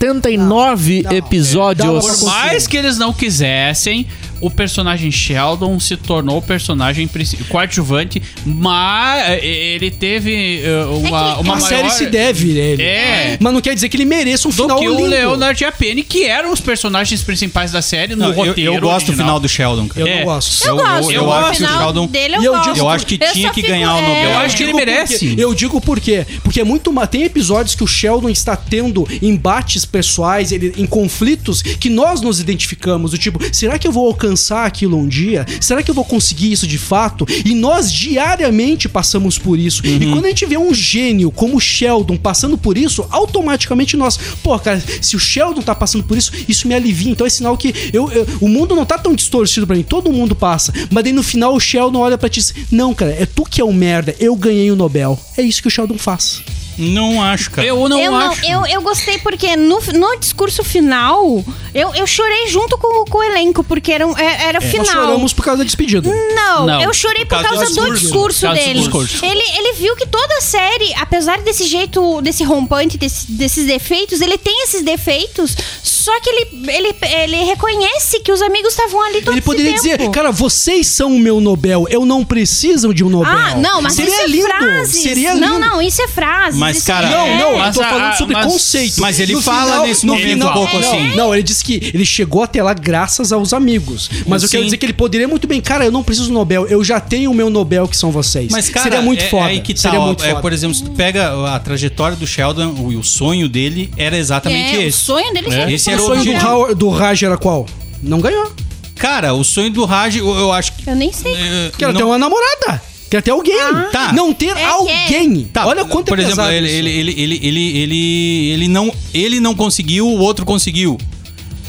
Speaker 4: 279
Speaker 5: Dá
Speaker 4: episódios.
Speaker 5: uma-
Speaker 6: Por mais que eles não quisessem, o personagem Sheldon se tornou o personagem princi- coadjuvante, mas eh, ele teve eh, uma,
Speaker 7: É que-
Speaker 6: uma
Speaker 5: a
Speaker 6: maior...
Speaker 5: série se deve, ele.
Speaker 6: É.
Speaker 5: Mas não quer dizer que ele mereça um
Speaker 6: do
Speaker 5: final
Speaker 6: que o
Speaker 5: lindo.
Speaker 6: Leonard e a Penny, que eram os personagens principais da série no
Speaker 3: Não, eu,
Speaker 6: roteiro
Speaker 3: eu gosto do
Speaker 6: original.
Speaker 3: final do Sheldon, cara.
Speaker 5: Eu
Speaker 6: É.
Speaker 5: não gosto.
Speaker 7: Eu, gosto.
Speaker 3: eu
Speaker 7: no
Speaker 3: acho que o
Speaker 7: final
Speaker 3: Sheldon-
Speaker 7: dele eu,
Speaker 5: E eu
Speaker 7: gosto.
Speaker 5: digo- eu
Speaker 3: acho que tinha
Speaker 7: só
Speaker 3: que
Speaker 7: fico-
Speaker 3: ganhar o
Speaker 7: é,
Speaker 3: Nobel.
Speaker 6: Eu acho que ele
Speaker 5: digo
Speaker 6: merece.
Speaker 5: por quê. eu digo por quê. Porque é muito. ma- Tem episódios que o Sheldon está tendo embates pessoais, ele, em conflitos, que nós nos identificamos. Do tipo, será que eu vou alcançar alcançar aquilo um dia? Será que eu vou conseguir isso de fato? E nós diariamente passamos por isso. E
Speaker 6: Uhum.
Speaker 5: quando a gente vê um gênio como o Sheldon passando por isso, automaticamente nós, pô, cara, se o Sheldon tá passando por isso, isso me alivia. Então é sinal que eu, eu- o mundo não tá tão distorcido pra mim, todo mundo passa. Mas daí no final o Sheldon olha pra ti e diz: Não, cara, é tu que é o merda, eu ganhei o Nobel. É isso que o Sheldon faz.
Speaker 3: Não acho, cara.
Speaker 6: Eu não
Speaker 7: eu, não-
Speaker 6: acho.
Speaker 7: eu, eu gostei porque no, no discurso final, eu, eu chorei junto com, o- com o elenco, porque era, um- é- era o final. Hum,
Speaker 5: Nós choramos por causa da despedida.
Speaker 7: Não,
Speaker 6: Não.
Speaker 7: eu chorei por
Speaker 3: Por causa do
Speaker 7: causa do
Speaker 3: discurso.
Speaker 7: discurso
Speaker 6: Por causa do
Speaker 7: dele.
Speaker 6: discurso.
Speaker 7: Ele, ele viu que toda a série, apesar desse jeito, desse rompante, desse- desses defeitos, ele tem esses defeitos, só que ele, ele, ele reconhece que os amigos estavam ali todo
Speaker 5: Ele poderia
Speaker 7: esse
Speaker 5: dizer,
Speaker 7: tempo.
Speaker 5: cara, vocês são o meu Nobel, eu não preciso de um Nobel.
Speaker 7: Ah, não, mas
Speaker 5: Seria
Speaker 7: isso é
Speaker 5: lindo,
Speaker 7: frases.
Speaker 5: Seria lindo.
Speaker 7: Não, não, isso é frases.
Speaker 3: Mas,
Speaker 7: isso
Speaker 3: cara,
Speaker 5: Não,
Speaker 7: é-
Speaker 5: não, eu
Speaker 6: Mas
Speaker 5: tô
Speaker 6: a-
Speaker 5: falando
Speaker 6: a-
Speaker 5: sobre
Speaker 6: mas-
Speaker 5: conceito.
Speaker 3: mas ele fala nesse
Speaker 5: no
Speaker 3: momento
Speaker 5: final,
Speaker 3: um pouco
Speaker 5: não,
Speaker 3: assim.
Speaker 5: Não, ele disse que ele chegou até lá graças aos amigos. Mas eu quero
Speaker 3: Sim.
Speaker 5: dizer que ele poderia muito bem, cara, eu não preciso do Nobel, eu já tenho o meu Nobel que são vocês.
Speaker 3: Mas, cara,
Speaker 5: seria muito
Speaker 3: é,
Speaker 5: foda.
Speaker 3: é aí que tá,
Speaker 5: seria
Speaker 3: ó,
Speaker 5: muito
Speaker 3: é,
Speaker 5: foda.
Speaker 3: Por exemplo, se tu pega a trajetória do Sheldon, o, o sonho dele era exatamente
Speaker 7: é, o
Speaker 3: esse.
Speaker 7: sonho dele sempre
Speaker 3: Esse
Speaker 7: foi
Speaker 3: era
Speaker 5: o
Speaker 3: o
Speaker 7: um
Speaker 5: sonho do,
Speaker 3: objetivo.
Speaker 7: programa.
Speaker 5: Howard, do Raj era qual? Não ganhou.
Speaker 3: Cara, o sonho do Raj, eu, eu acho que.
Speaker 7: Eu nem sei.
Speaker 3: eh,
Speaker 5: Quero
Speaker 3: não-
Speaker 5: ter uma namorada. Quero ter alguém.
Speaker 3: Tá.
Speaker 5: Não ter
Speaker 7: que é.
Speaker 5: alguém.
Speaker 3: Tá,
Speaker 5: Olha quanto
Speaker 3: Por
Speaker 5: é
Speaker 3: exemplo,
Speaker 5: pesado
Speaker 3: ele,
Speaker 5: isso.
Speaker 3: ele, ele, ele, ele, ele, ele não, ele não conseguiu, o outro conseguiu.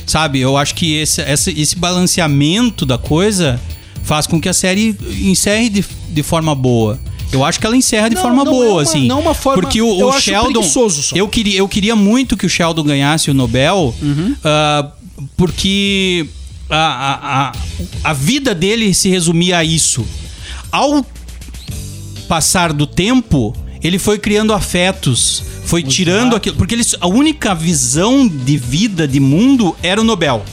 Speaker 3: Sabe? Eu acho que esse, esse, esse balanceamento da coisa faz com que a série encerre de, de forma boa. Eu acho que ela encerra de
Speaker 5: Não,
Speaker 3: forma
Speaker 5: não
Speaker 3: boa,
Speaker 5: é uma-
Speaker 3: assim.
Speaker 5: não é uma forma-
Speaker 3: Porque o,
Speaker 5: eu
Speaker 3: o
Speaker 5: acho
Speaker 3: Sheldon.
Speaker 5: preguiçoso só.
Speaker 3: Eu queria, eu queria muito que o Sheldon ganhasse o Nobel,
Speaker 5: Uhum.
Speaker 3: ah, porque a, a, a, a vida dele se resumia a isso. Ao passar do tempo, ele foi criando afetos, foi tirando aquilo. Porque ele, a única visão de vida, de mundo, era o Nobel.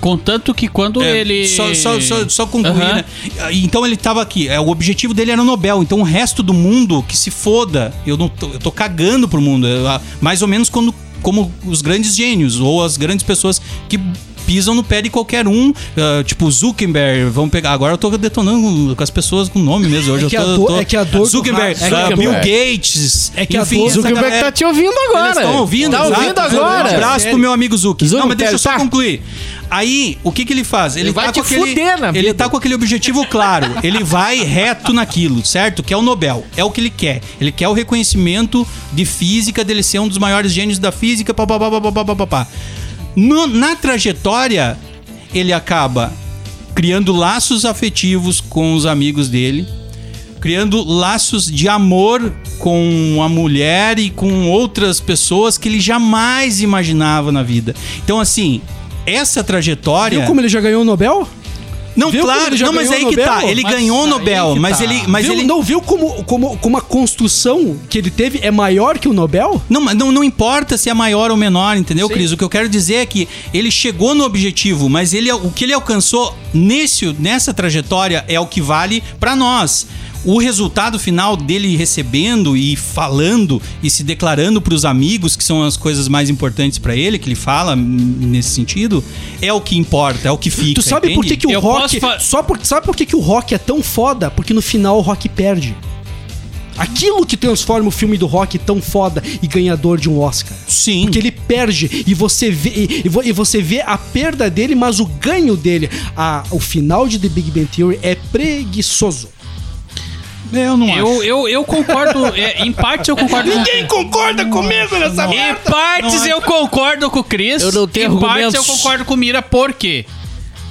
Speaker 6: Contanto que quando
Speaker 3: É,
Speaker 6: ele.
Speaker 3: Só, só, só, só concluir,
Speaker 6: Aham.
Speaker 3: né? Então ele tava aqui. é, O objetivo dele era o Nobel. Então o resto do mundo que se foda. Eu não tô, eu tô cagando pro mundo. eu, ah, mais ou menos quando, como os grandes gênios ou as grandes pessoas que pisam no pé de qualquer um, ah, tipo Zuckerberg, vamos pegar, agora eu tô detonando com- com as pessoas com nome mesmo, hoje
Speaker 5: É que
Speaker 3: eu tô,
Speaker 5: a dor-
Speaker 3: tô-
Speaker 5: é que a dor do
Speaker 3: Zuckerberg,
Speaker 5: rato-
Speaker 3: ah,
Speaker 4: Zuckerberg.
Speaker 3: Bill Gates,
Speaker 5: É que a
Speaker 3: enfim,
Speaker 5: dor-
Speaker 3: essa
Speaker 4: Zuckerberg
Speaker 3: galera-
Speaker 4: tá te ouvindo agora.
Speaker 3: eles estão ouvindo,
Speaker 4: Tá
Speaker 3: exato.
Speaker 4: ouvindo
Speaker 3: Um
Speaker 4: agora.
Speaker 3: abraço pro meu amigo Zuki.
Speaker 4: Zuki,
Speaker 3: Não, mas deixa
Speaker 4: quero
Speaker 3: eu só
Speaker 4: tá.
Speaker 3: concluir. Aí, o que que ele faz? Ele,
Speaker 4: vai
Speaker 3: tá
Speaker 4: te
Speaker 3: com aquele,
Speaker 4: fuder na
Speaker 3: Ele
Speaker 4: vida.
Speaker 3: tá com aquele objetivo claro. ele vai reto naquilo, certo? Que é o Nobel. É o que ele quer. Ele quer o reconhecimento de física dele ser um dos maiores gênios da física, papapá, papapá, papapá. No, na trajetória, ele acaba criando laços afetivos com os amigos dele, criando laços de amor com a mulher e com outras pessoas que ele jamais imaginava na vida. Então, assim, essa trajetória.
Speaker 5: Viu como ele já ganhou o Nobel?
Speaker 3: Não,
Speaker 5: Viu como
Speaker 3: claro,
Speaker 5: ele já
Speaker 3: não, mas aí
Speaker 5: ganhou o
Speaker 3: que tá.
Speaker 5: Nobel?
Speaker 3: Ele
Speaker 6: Mas
Speaker 3: ganhou o
Speaker 6: aí
Speaker 3: Nobel,
Speaker 6: que
Speaker 3: mas
Speaker 6: tá.
Speaker 3: ele. Mas
Speaker 5: viu,
Speaker 3: ele
Speaker 5: Não viu como, como, como a construção que ele teve é maior que o Nobel?
Speaker 3: Não, mas não, não importa se é maior ou menor, entendeu, Cris? O que eu quero dizer é que ele chegou no objetivo, mas ele, o que ele alcançou nesse, nessa trajetória é o que vale pra nós. O resultado final dele recebendo e falando e se declarando pros amigos, que são as coisas mais importantes pra ele, que ele fala hum, nesse sentido, é o que importa, é o que fica.
Speaker 5: Tu sabe por que,
Speaker 3: entende?
Speaker 5: que o
Speaker 6: Eu
Speaker 5: rock.
Speaker 6: posso fa-
Speaker 5: Só por, sabe por que, que o rock é tão foda? Porque no final o rock perde. Aquilo que transforma o filme do rock tão foda e ganhador de um Oscar.
Speaker 3: Sim.
Speaker 5: Porque ele perde e você vê e, e vo- e você vê a perda dele, mas o ganho dele. A, o final de The Big Bang Theory é preguiçoso.
Speaker 3: Eu não acho.
Speaker 6: Eu, eu, eu concordo, é, em partes eu concordo
Speaker 5: Ninguém concorda comigo
Speaker 3: tá
Speaker 5: nessa
Speaker 6: com Em partes eu concordo com o Cris.
Speaker 4: Eu não tenho
Speaker 6: Em partes eu
Speaker 4: argumentos.
Speaker 6: concordo com o Mira, por quê?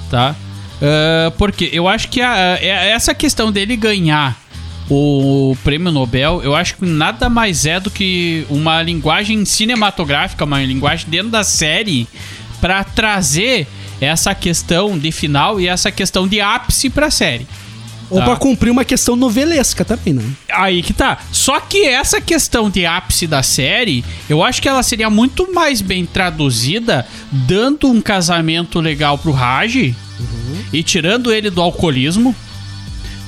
Speaker 6: Tá? Ah, porque eu acho que a- é- essa questão dele ganhar o prêmio Nobel, eu acho que nada mais é do que uma linguagem cinematográfica, uma linguagem dentro da série, pra trazer essa questão de final e essa questão de ápice pra série.
Speaker 5: Ou
Speaker 6: Tá.
Speaker 5: pra cumprir uma questão novelesca também, né?
Speaker 6: Aí que tá. Só que essa questão de ápice da série, eu acho que ela seria muito mais bem traduzida dando um casamento legal pro Raj e tirando ele do alcoolismo.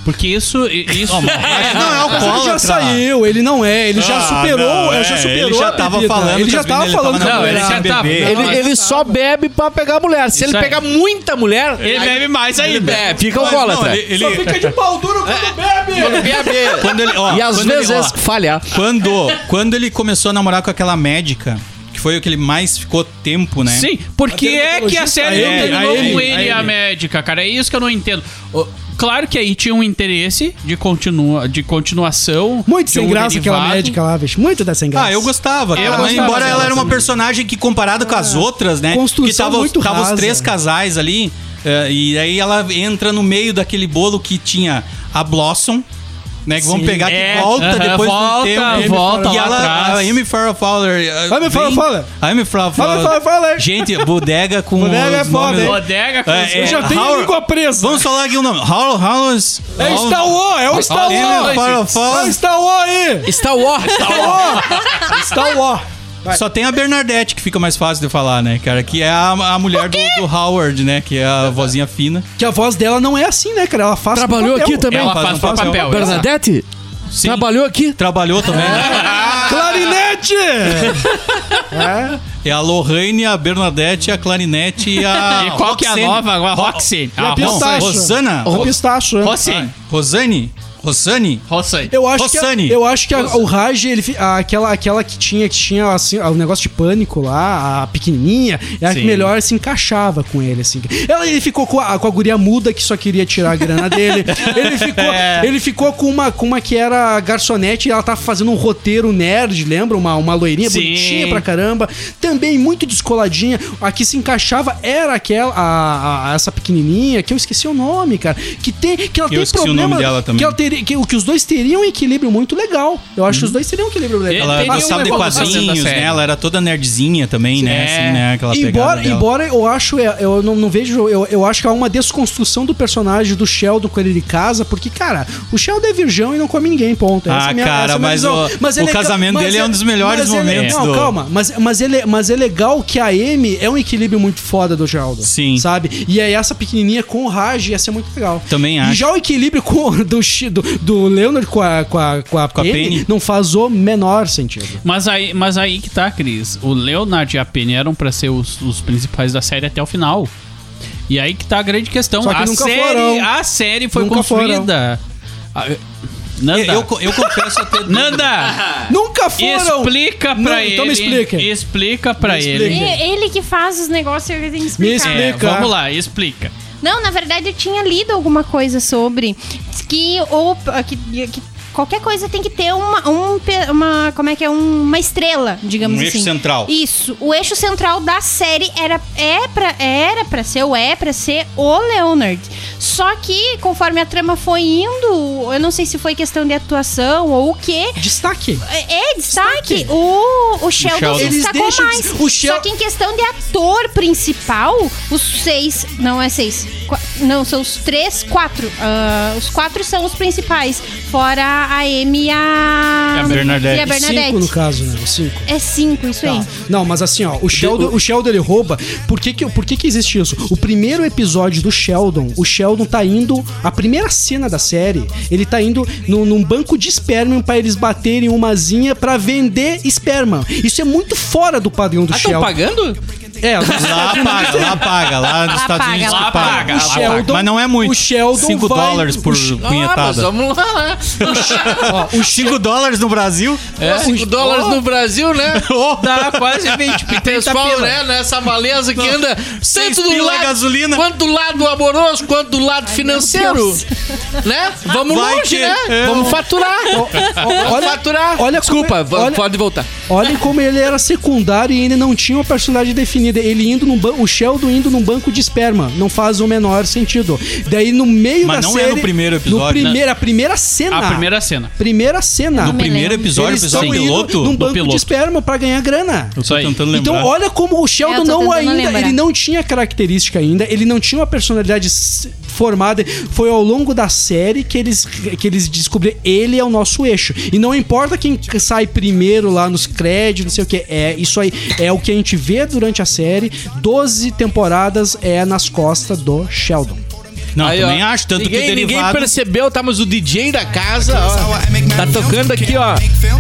Speaker 6: Porque isso. i- isso
Speaker 3: Não, é
Speaker 5: Mas ele já
Speaker 3: alcoólatra.
Speaker 5: saiu, ele não é, ele já
Speaker 3: Ah,
Speaker 5: superou,
Speaker 3: não,
Speaker 5: ele
Speaker 3: é,
Speaker 5: já superou.
Speaker 3: ele já
Speaker 5: a
Speaker 3: tava
Speaker 5: bebida.
Speaker 3: falando
Speaker 5: ele
Speaker 3: que
Speaker 5: já
Speaker 3: as
Speaker 5: tava
Speaker 3: meninas
Speaker 5: falando
Speaker 3: tavam
Speaker 5: com a
Speaker 6: Não, ele
Speaker 5: mulher.
Speaker 6: já
Speaker 3: Sem
Speaker 6: tava.
Speaker 3: beber.
Speaker 6: Não,
Speaker 4: Ele, ele só bebe pra pegar mulher. Se
Speaker 6: Isso
Speaker 4: ele
Speaker 6: aí.
Speaker 4: pegar muita mulher,
Speaker 6: Ele
Speaker 4: aí-
Speaker 6: bebe mais
Speaker 4: Ele
Speaker 6: ainda.
Speaker 4: bebe, fica
Speaker 3: Mas não,
Speaker 4: alcoólatra.
Speaker 3: ele- ele-
Speaker 5: de pau duro quando bebe.
Speaker 4: Quando bebe.
Speaker 3: Quando ele- ó,
Speaker 4: e às
Speaker 3: quando ele-
Speaker 4: vezes
Speaker 3: ó.
Speaker 4: falhar.
Speaker 3: Quando, quando ele começou a namorar com aquela médica, que foi o que ele mais ficou tempo, né?
Speaker 6: Sim, por que é que a série não
Speaker 3: Aí ele,
Speaker 6: terminou
Speaker 3: aí ele,
Speaker 6: com
Speaker 3: aí
Speaker 6: ele e a
Speaker 3: ele.
Speaker 6: médica, cara? É isso que eu não entendo. Ô, Claro que aí tinha um interesse de, continua, de continuação.
Speaker 5: Muito
Speaker 6: de
Speaker 5: sem
Speaker 6: um
Speaker 5: graça aquela
Speaker 6: derivado.
Speaker 5: médica lá, bicho. Muito da sem graça.
Speaker 3: Ah, eu gostava.
Speaker 6: Eu
Speaker 3: cara.
Speaker 6: gostava
Speaker 3: Embora
Speaker 6: dela
Speaker 3: ela era uma
Speaker 6: também.
Speaker 3: personagem que, comparado com as outras, né?
Speaker 5: Ah, construção
Speaker 3: que tava, os-
Speaker 5: muito
Speaker 3: tava os
Speaker 5: rasa.
Speaker 3: três casais ali. eh, e aí ela entra no meio daquele bolo que tinha a Blossom. Né, que vamos
Speaker 5: Sim.
Speaker 3: pegar que
Speaker 6: É,
Speaker 3: volta
Speaker 6: aham,
Speaker 3: depois
Speaker 6: volta,
Speaker 3: do tempo.
Speaker 6: volta
Speaker 3: e
Speaker 6: lá
Speaker 3: ela,
Speaker 6: atrás.
Speaker 3: a Amy Farrah Fowler. eh,
Speaker 5: Amy Farrah
Speaker 3: vem-
Speaker 5: Fowler.
Speaker 3: Amy Farrah Fowler.
Speaker 5: Fala, fala, fala. aí.
Speaker 3: Gente, bodega com.
Speaker 5: Bodega é
Speaker 3: os
Speaker 5: foda,
Speaker 3: nomes-
Speaker 5: hein?
Speaker 6: Bodega com
Speaker 3: É,
Speaker 6: os-
Speaker 3: é,
Speaker 5: Eu já tenho
Speaker 3: Howard-
Speaker 5: a língua presa.
Speaker 3: Vamos falar aqui o nome. Howard Howard.
Speaker 5: É
Speaker 3: Howard-
Speaker 5: Star Wars, é o Star
Speaker 3: Amy
Speaker 5: Wars.
Speaker 3: Farrah
Speaker 5: É o
Speaker 3: Fowler.
Speaker 5: Star Wars aí.
Speaker 4: Star Wars.
Speaker 5: Star Wars.
Speaker 3: Só tem a Bernadette que fica mais fácil de falar, né, cara? Que é a, a mulher do, do Howard, né? Que é a vozinha fina.
Speaker 5: Que a voz dela não é assim, né, cara? Ela faz
Speaker 4: Trabalhou
Speaker 5: papel.
Speaker 4: aqui também.
Speaker 6: Ela
Speaker 3: faz
Speaker 6: faz
Speaker 3: um
Speaker 6: o papel.
Speaker 3: papel.
Speaker 6: exato.
Speaker 4: Bernadette?
Speaker 3: Sim.
Speaker 4: Trabalhou aqui?
Speaker 3: Trabalhou também. né?
Speaker 5: Clarinete!
Speaker 3: É a Lorraine, a Bernadette, a Clarinette e a.
Speaker 6: E qual que é a
Speaker 3: Roxane.
Speaker 6: nova? agora? Roxy.
Speaker 5: a
Speaker 6: Ah,
Speaker 5: pistache.
Speaker 3: Rosana.
Speaker 5: O pistacho, né?
Speaker 6: Roxy.
Speaker 3: Rosane? Rosane?
Speaker 6: Roxy.
Speaker 5: Eu acho
Speaker 3: Rossani.
Speaker 5: que, eu acho que a- o Raj, ele, fi- a- aquela, aquela que tinha, que tinha assim, o negócio de pânico lá, a pequenininha, é a que
Speaker 6: Sim.
Speaker 5: melhor se encaixava com ele, assim. Ela, ele ficou com a, com a guria muda que só queria tirar a grana dele. Ele ficou,
Speaker 3: É.
Speaker 5: ele ficou com, uma, com uma que era garçonete e ela tava fazendo um roteiro nerd, lembra? Uma, uma loirinha
Speaker 6: Sim.
Speaker 5: bonitinha pra caramba. Também muito descoladinha. A que se encaixava era aquela, a- a- essa pequenininha, que eu esqueci o nome, cara. Que tem, que ela
Speaker 3: Eu
Speaker 5: tem
Speaker 3: esqueci o
Speaker 5: problema.
Speaker 3: nome dela também.
Speaker 5: Que ela teria, que, que os dois teriam um equilíbrio muito legal. Eu acho que os dois teriam um equilíbrio legal.
Speaker 3: Ela
Speaker 6: Teria um
Speaker 3: gostava de
Speaker 6: negócio
Speaker 3: quadrinhos,
Speaker 6: dentro da
Speaker 3: né?
Speaker 6: série.
Speaker 3: Ela era toda nerdzinha também, né?
Speaker 6: É.
Speaker 3: Assim, né? Aquela pegada
Speaker 5: Embora,
Speaker 3: dela.
Speaker 5: embora eu acho, é, eu não, não vejo, eu, eu acho que há uma desconstrução do personagem do Sheldon quando ele casa, porque, cara, o Sheldon é virgão e não come ninguém, ponto. é
Speaker 3: Ah, cara, mas o- o
Speaker 5: ele
Speaker 3: casamento
Speaker 5: mas
Speaker 3: dele é um dos melhores
Speaker 5: mas ele-
Speaker 3: momentos
Speaker 5: Não,
Speaker 3: do-
Speaker 5: calma, mas, mas, ele, mas é legal que a Amy é um equilíbrio muito foda do Sheldon.
Speaker 3: Sim.
Speaker 5: Sabe? E aí essa pequenininha com o Raj ia ser muito legal.
Speaker 3: Também
Speaker 5: E
Speaker 3: acho.
Speaker 5: já o equilíbrio com, do, Chi- do, do Leonard com a, com a, com a,
Speaker 3: Com a
Speaker 5: Penny,
Speaker 3: Penny.
Speaker 5: não faz o menor sentido.
Speaker 6: Mas aí, mas aí que tá, Cris. O Leonard e a Penny eram pra ser os, os principais da série até o final. E aí que tá a grande questão.
Speaker 5: Só que
Speaker 6: a,
Speaker 5: nunca
Speaker 6: série,
Speaker 5: foram.
Speaker 6: a série foi
Speaker 5: Nunca foram.
Speaker 6: construída. A- eh, Nanda,
Speaker 3: Eu, eu, eu confesso até.
Speaker 6: Nanda
Speaker 5: Nunca foram!
Speaker 6: explica pra
Speaker 5: Não,
Speaker 6: ele.
Speaker 5: então me explica.
Speaker 6: Explica pra
Speaker 5: Me
Speaker 3: É.
Speaker 6: ele.
Speaker 5: explica.
Speaker 7: E- Ele que faz os negócios eu tenho que explicar.
Speaker 5: Me
Speaker 6: É,
Speaker 5: explica.
Speaker 6: vamos lá, explica.
Speaker 7: Não, na verdade eu tinha lido alguma coisa sobre que ou que, que qualquer coisa tem que ter uma, um pe- uma como é que é Um- uma estrela, digamos
Speaker 3: Um
Speaker 7: assim.
Speaker 3: eixo central.
Speaker 7: Isso. O eixo central da série era é para era para ser ou é pra ser o Leonard. Só que conforme a trama foi indo, eu não sei se foi questão de atuação ou o quê,
Speaker 5: Destaque.
Speaker 7: é, é, destaque. O, o Sheldon,
Speaker 3: Sheldon.
Speaker 7: se
Speaker 5: Eles
Speaker 7: destacou
Speaker 5: deixam de-
Speaker 7: mais.
Speaker 5: o Shel-
Speaker 7: Só que em questão de ator principal, os seis. Não é seis. qua- Não, são os três, quatro. Ah, os quatro são os principais. Fora a Amy e a.
Speaker 3: E a Bernadette.
Speaker 7: E a
Speaker 5: Cinco, no
Speaker 7: Bernadette.
Speaker 5: caso, né? Os Cinco.
Speaker 7: É cinco, isso aí.
Speaker 5: Tá. Não, mas assim, ó, o Sheldon, o Sheldon ele rouba. Por que que, por que que existe isso? O primeiro episódio do Sheldon, o Sheldon tá indo. A primeira cena da série, ele tá indo no, num banco de esperma pra eles baterem uma zinha pra vender esperma. Isso é muito fora do padrão do
Speaker 4: Ah, estão
Speaker 5: Sheldon.
Speaker 4: pagando?
Speaker 5: É, os-
Speaker 3: Lá então Ah, paga, lá paga. Lá nos
Speaker 7: Lá
Speaker 3: Estados
Speaker 7: paga,
Speaker 3: Unidos
Speaker 7: lá
Speaker 3: que paga.
Speaker 6: paga,
Speaker 3: Lá
Speaker 6: lá
Speaker 5: paga.
Speaker 3: Mas não é muito.
Speaker 5: O Sheldon
Speaker 3: 5
Speaker 5: vai-
Speaker 3: dólares por
Speaker 5: o She-
Speaker 4: Ah, mas
Speaker 3: punhetada.
Speaker 4: vamos lá.
Speaker 5: ó, o Sheldon.
Speaker 3: 5 dólares no Brasil?
Speaker 4: É, 5 dólares no Brasil, né?
Speaker 6: Dá quase 20, 30
Speaker 4: Pessoal,
Speaker 6: pila.
Speaker 4: né? Nessa maleza que anda tanto do
Speaker 3: pila é
Speaker 4: lado,
Speaker 3: gasolina.
Speaker 4: quanto do lado amoroso, quanto do lado financeiro, né? Vamos
Speaker 3: Vai
Speaker 4: longe,
Speaker 3: que-
Speaker 4: né?
Speaker 3: é.
Speaker 4: Vamos faturar. Vamos
Speaker 5: Olha,
Speaker 4: faturar.
Speaker 5: olha como-
Speaker 4: Desculpa, va-
Speaker 5: olha-
Speaker 4: pode voltar.
Speaker 5: olhem como ele era secundário e ainda não tinha uma personalidade definida. Ele indo num banco. O Sheldon indo num banco de esperma. Não faz o menor sentido. Daí no meio
Speaker 3: Mas
Speaker 5: da
Speaker 3: não é
Speaker 5: série.
Speaker 3: no primeiro
Speaker 5: No
Speaker 3: episódio, né?
Speaker 5: primeiro, a primeira cena.
Speaker 6: A primeira cena.
Speaker 5: Primeira cena.
Speaker 3: No primeiro episódio,
Speaker 5: Eles
Speaker 3: episódio
Speaker 5: estão indo
Speaker 3: piloto.
Speaker 5: num
Speaker 3: do
Speaker 5: banco de
Speaker 6: piloto.
Speaker 5: esperma pra ganhar grana.
Speaker 3: Eu
Speaker 6: Isso
Speaker 3: tô
Speaker 6: aí.
Speaker 3: tentando lembrar.
Speaker 5: Então olha como o Sheldon
Speaker 7: Eu tô
Speaker 5: não
Speaker 7: tentando
Speaker 5: ainda,
Speaker 7: lembrar.
Speaker 5: ele não tinha característica ainda, ele não tinha uma personalidade s- formada. Foi ao longo da série que eles que eles descobriram ele é o nosso eixo. E não importa quem sai primeiro lá nos créditos, não sei o que é, isso aí é o que a gente vê durante a série. 12 temporadas é nas costas do Sheldon.
Speaker 3: Não,
Speaker 4: Aí, ó,
Speaker 3: Ah, também acho. Tanto
Speaker 4: ninguém,
Speaker 3: que o
Speaker 4: Ninguém
Speaker 3: derivado...
Speaker 4: percebeu, tá? Mas o DJ da casa, ó, tá tocando aqui, ó,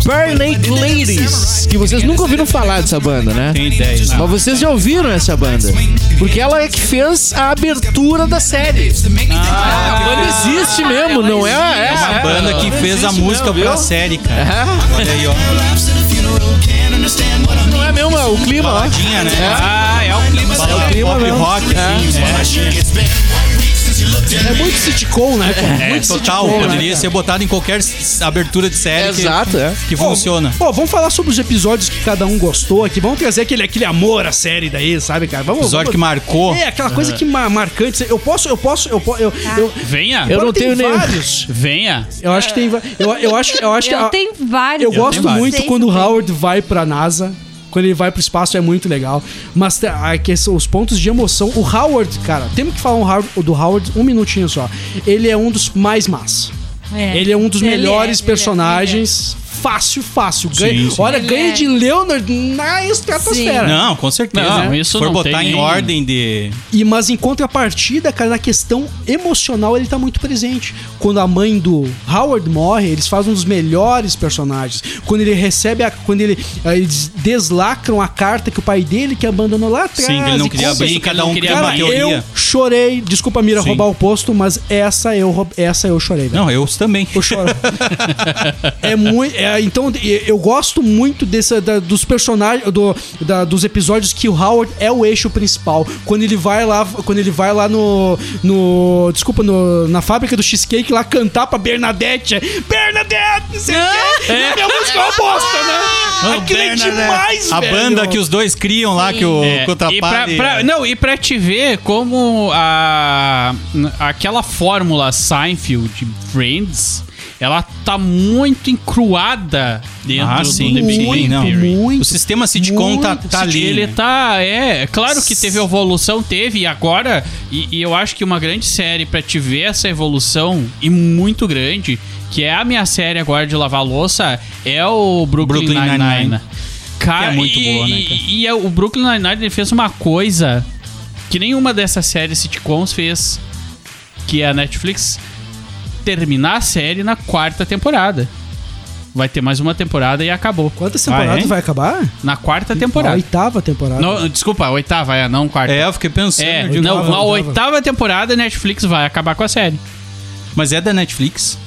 Speaker 4: Burnate Ladies, que vocês nunca ouviram falar dessa banda, né?
Speaker 3: Tem ideia. não.
Speaker 4: Mas vocês já ouviram essa banda? Porque ela é que fez a abertura da série. a banda existe mesmo, não é? É,
Speaker 3: Uma
Speaker 4: é.
Speaker 3: Ah, banda que fez a música pra série, cara. Olha aí, ó.
Speaker 4: Não lá mesmo, é o clima lá.
Speaker 3: Tinha, né?
Speaker 6: Ah, é o clima da
Speaker 3: Pop,
Speaker 5: clima
Speaker 3: pop
Speaker 5: mesmo.
Speaker 3: rock, assim.
Speaker 5: É muito sitcom, né? cara?
Speaker 3: É,
Speaker 5: muito
Speaker 3: total.
Speaker 5: sitcom, né,
Speaker 3: Poderia
Speaker 5: cara?
Speaker 3: ser botado em qualquer s- abertura de série que-
Speaker 4: Exato, é.
Speaker 3: que funciona.
Speaker 5: Ó, vamos falar sobre os episódios que cada um gostou aqui. Vamos trazer aquele, aquele amor à série daí, sabe, cara? Vamos.
Speaker 3: Episódio que
Speaker 5: vamos...
Speaker 3: marcou.
Speaker 5: É, aquela coisa que ma- marcante. Eu posso, eu posso, eu posso. Eu,
Speaker 7: Tá.
Speaker 5: eu,
Speaker 6: Venha.
Speaker 5: Agora
Speaker 4: não
Speaker 5: tem
Speaker 4: tenho nenhum.
Speaker 5: vários.
Speaker 6: Venha.
Speaker 5: Eu acho que tem. va- Eu, eu acho, eu acho que.
Speaker 7: Eu
Speaker 5: a-
Speaker 7: tenho vários.
Speaker 5: Eu gosto
Speaker 7: não sei
Speaker 5: muito
Speaker 7: se
Speaker 5: quando o
Speaker 7: tem.
Speaker 5: Howard vai pra NASA. Quando ele vai pro espaço é muito legal. Mas te- a questão- os pontos de emoção. O Howard, cara, temos que falar um Howard- do Howard um minutinho só. Ele é um dos mais más.
Speaker 7: É.
Speaker 5: Ele é um dos
Speaker 7: Ele é,
Speaker 5: melhores
Speaker 7: ele é,
Speaker 5: personagens. Fácil, fácil. Ganha,
Speaker 3: sim.
Speaker 5: Olha,
Speaker 7: Ele
Speaker 5: ganha
Speaker 7: é.
Speaker 5: de Leonard na estratosfera.
Speaker 3: Não, com certeza.
Speaker 6: Não, isso
Speaker 3: Se For
Speaker 6: não
Speaker 3: botar
Speaker 6: tem
Speaker 3: em
Speaker 6: nem-
Speaker 3: ordem de.
Speaker 5: E, mas em contrapartida, cara, na questão emocional ele tá muito presente. Quando a mãe do Howard morre, eles fazem um dos melhores personagens. Quando ele recebe a. Quando ele, eh, eles deslacram a carta que o pai dele que abandonou lá atrás.
Speaker 3: Sim, que ele não
Speaker 5: e
Speaker 3: queria
Speaker 5: conta-
Speaker 3: abrir, cada um
Speaker 6: queria
Speaker 3: queria uma
Speaker 5: Cara, eu
Speaker 3: teoria.
Speaker 5: chorei. Desculpa, Mira,
Speaker 3: Sim.
Speaker 5: roubar o posto, mas essa eu, roub- essa eu chorei, velho.
Speaker 3: Não, eu também.
Speaker 5: Eu choro. é muito. é, então, e- eu gosto muito dessa, da- dos personagens. Do, da- dos episódios que o Howard é o eixo principal. Quando ele vai lá, quando ele vai lá no. no desculpa, no- na fábrica do cheesecake lá cantar pra Bernadette. é, Bernadette! Não sei o quê! E a Minha música é uma bosta, né?
Speaker 3: Oh,
Speaker 5: Aquilo é
Speaker 3: Bernadette.
Speaker 5: demais,
Speaker 3: A
Speaker 5: velho.
Speaker 3: banda que os dois criam lá, que o
Speaker 6: É,
Speaker 3: que o
Speaker 6: e pra,
Speaker 3: Trapalhe-
Speaker 6: pra- não, e pra te ver como a, aquela fórmula Seinfeld Friends, ela tá muito encruada dentro
Speaker 3: Ah, sim,
Speaker 6: do The Big
Speaker 3: sim,
Speaker 6: Bang
Speaker 3: não.
Speaker 6: Theory.
Speaker 3: O sistema sitcom tá,
Speaker 5: muito
Speaker 3: tá ali.
Speaker 6: Ele
Speaker 3: né?
Speaker 6: tá, é, é claro que teve evolução, teve, e agora, e, e eu acho que uma grande série pra te ver essa evolução, e muito grande, que é a minha série agora de lavar louça, é o Brooklyn,
Speaker 3: Brooklyn
Speaker 6: Nine-Nine.
Speaker 3: Nine-Nine.
Speaker 6: Cara,
Speaker 3: Que é muito
Speaker 6: e,
Speaker 3: boa, né,
Speaker 6: e-
Speaker 3: cara?
Speaker 6: E, é- o Brooklyn Nine-Nine ele fez uma coisa que nenhuma dessas séries sitcoms fez, que é a Netflix terminar a série na quarta temporada. Vai ter mais uma temporada e acabou.
Speaker 5: Quantas temporadas
Speaker 3: Ah, é?
Speaker 5: vai acabar?
Speaker 6: Na quarta
Speaker 5: A
Speaker 6: temporada.
Speaker 5: oitava temporada.
Speaker 6: Não, desculpa, a oitava, é, não quarta.
Speaker 3: É, eu fiquei pensando.
Speaker 6: É,
Speaker 3: eu digo, ah,
Speaker 6: não,
Speaker 5: oitava,
Speaker 6: a
Speaker 5: oitava.
Speaker 6: oitava temporada a Netflix vai acabar com a série.
Speaker 3: Mas é da Netflix.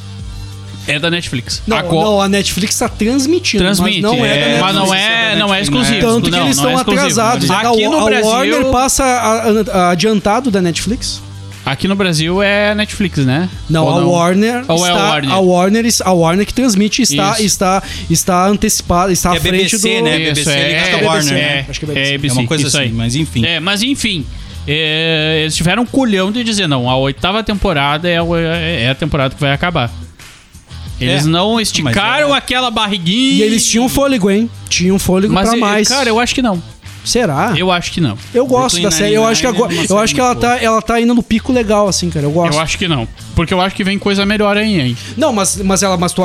Speaker 6: É da Netflix.
Speaker 5: Não,
Speaker 6: Agora-
Speaker 5: não, a Netflix tá transmitindo. mas
Speaker 6: Transmite,
Speaker 5: não é, da
Speaker 3: é,
Speaker 6: mas
Speaker 5: Netflix.
Speaker 6: não
Speaker 3: é da
Speaker 6: é, não é
Speaker 3: Netflix,
Speaker 6: exclusivo.
Speaker 3: não é.
Speaker 5: Tanto
Speaker 6: não,
Speaker 5: que eles
Speaker 6: não é
Speaker 5: estão
Speaker 6: exclusivo.
Speaker 5: atrasados. né?
Speaker 6: Aqui
Speaker 5: a,
Speaker 6: no
Speaker 5: a Warner
Speaker 6: Brasil,
Speaker 5: passa a- a- adiantado da Netflix?
Speaker 6: aqui no Brasil é Netflix, né?
Speaker 5: Não,
Speaker 6: Ou
Speaker 5: a Warner,
Speaker 6: Ou é
Speaker 5: está,
Speaker 6: a Warner?
Speaker 5: a Warner is- a Warner que transmite está
Speaker 6: Isso.
Speaker 5: está está antecipada, está
Speaker 3: É
Speaker 5: à frente
Speaker 3: BBC,
Speaker 5: do
Speaker 3: né?
Speaker 6: Isso,
Speaker 3: BBC
Speaker 6: é,
Speaker 3: liga
Speaker 6: é,
Speaker 3: com a Warner,
Speaker 6: É,
Speaker 3: né?
Speaker 5: Acho que é BBC.
Speaker 6: é
Speaker 3: É
Speaker 6: ABC,
Speaker 3: uma coisa
Speaker 6: isso
Speaker 3: assim,
Speaker 6: aí.
Speaker 3: mas enfim.
Speaker 6: É, mas enfim, é, eles tiveram um culhão de dizer, não, a oitava temporada é, o- é a temporada que vai acabar. Eles
Speaker 3: É.
Speaker 6: não esticaram
Speaker 3: Mas é.
Speaker 6: aquela barriguinha.
Speaker 5: E eles tinham fôlego, hein? Tinham fôlego
Speaker 6: Mas,
Speaker 5: pra mais.
Speaker 6: cara, eu acho que não.
Speaker 5: Será? Eu,
Speaker 6: Eu acho que não.
Speaker 5: gosto da
Speaker 3: Brooklyn
Speaker 5: série. Eu acho que
Speaker 3: Nine-Nine
Speaker 5: agora,
Speaker 3: é uma
Speaker 5: eu
Speaker 3: série
Speaker 5: acho que ela
Speaker 3: muito
Speaker 5: tá, ela tá indo no pico legal assim, cara. Eu gosto.
Speaker 6: Eu acho que não. Porque eu acho que vem coisa melhor aí, hein?
Speaker 5: Não, mas mas ela mas tu,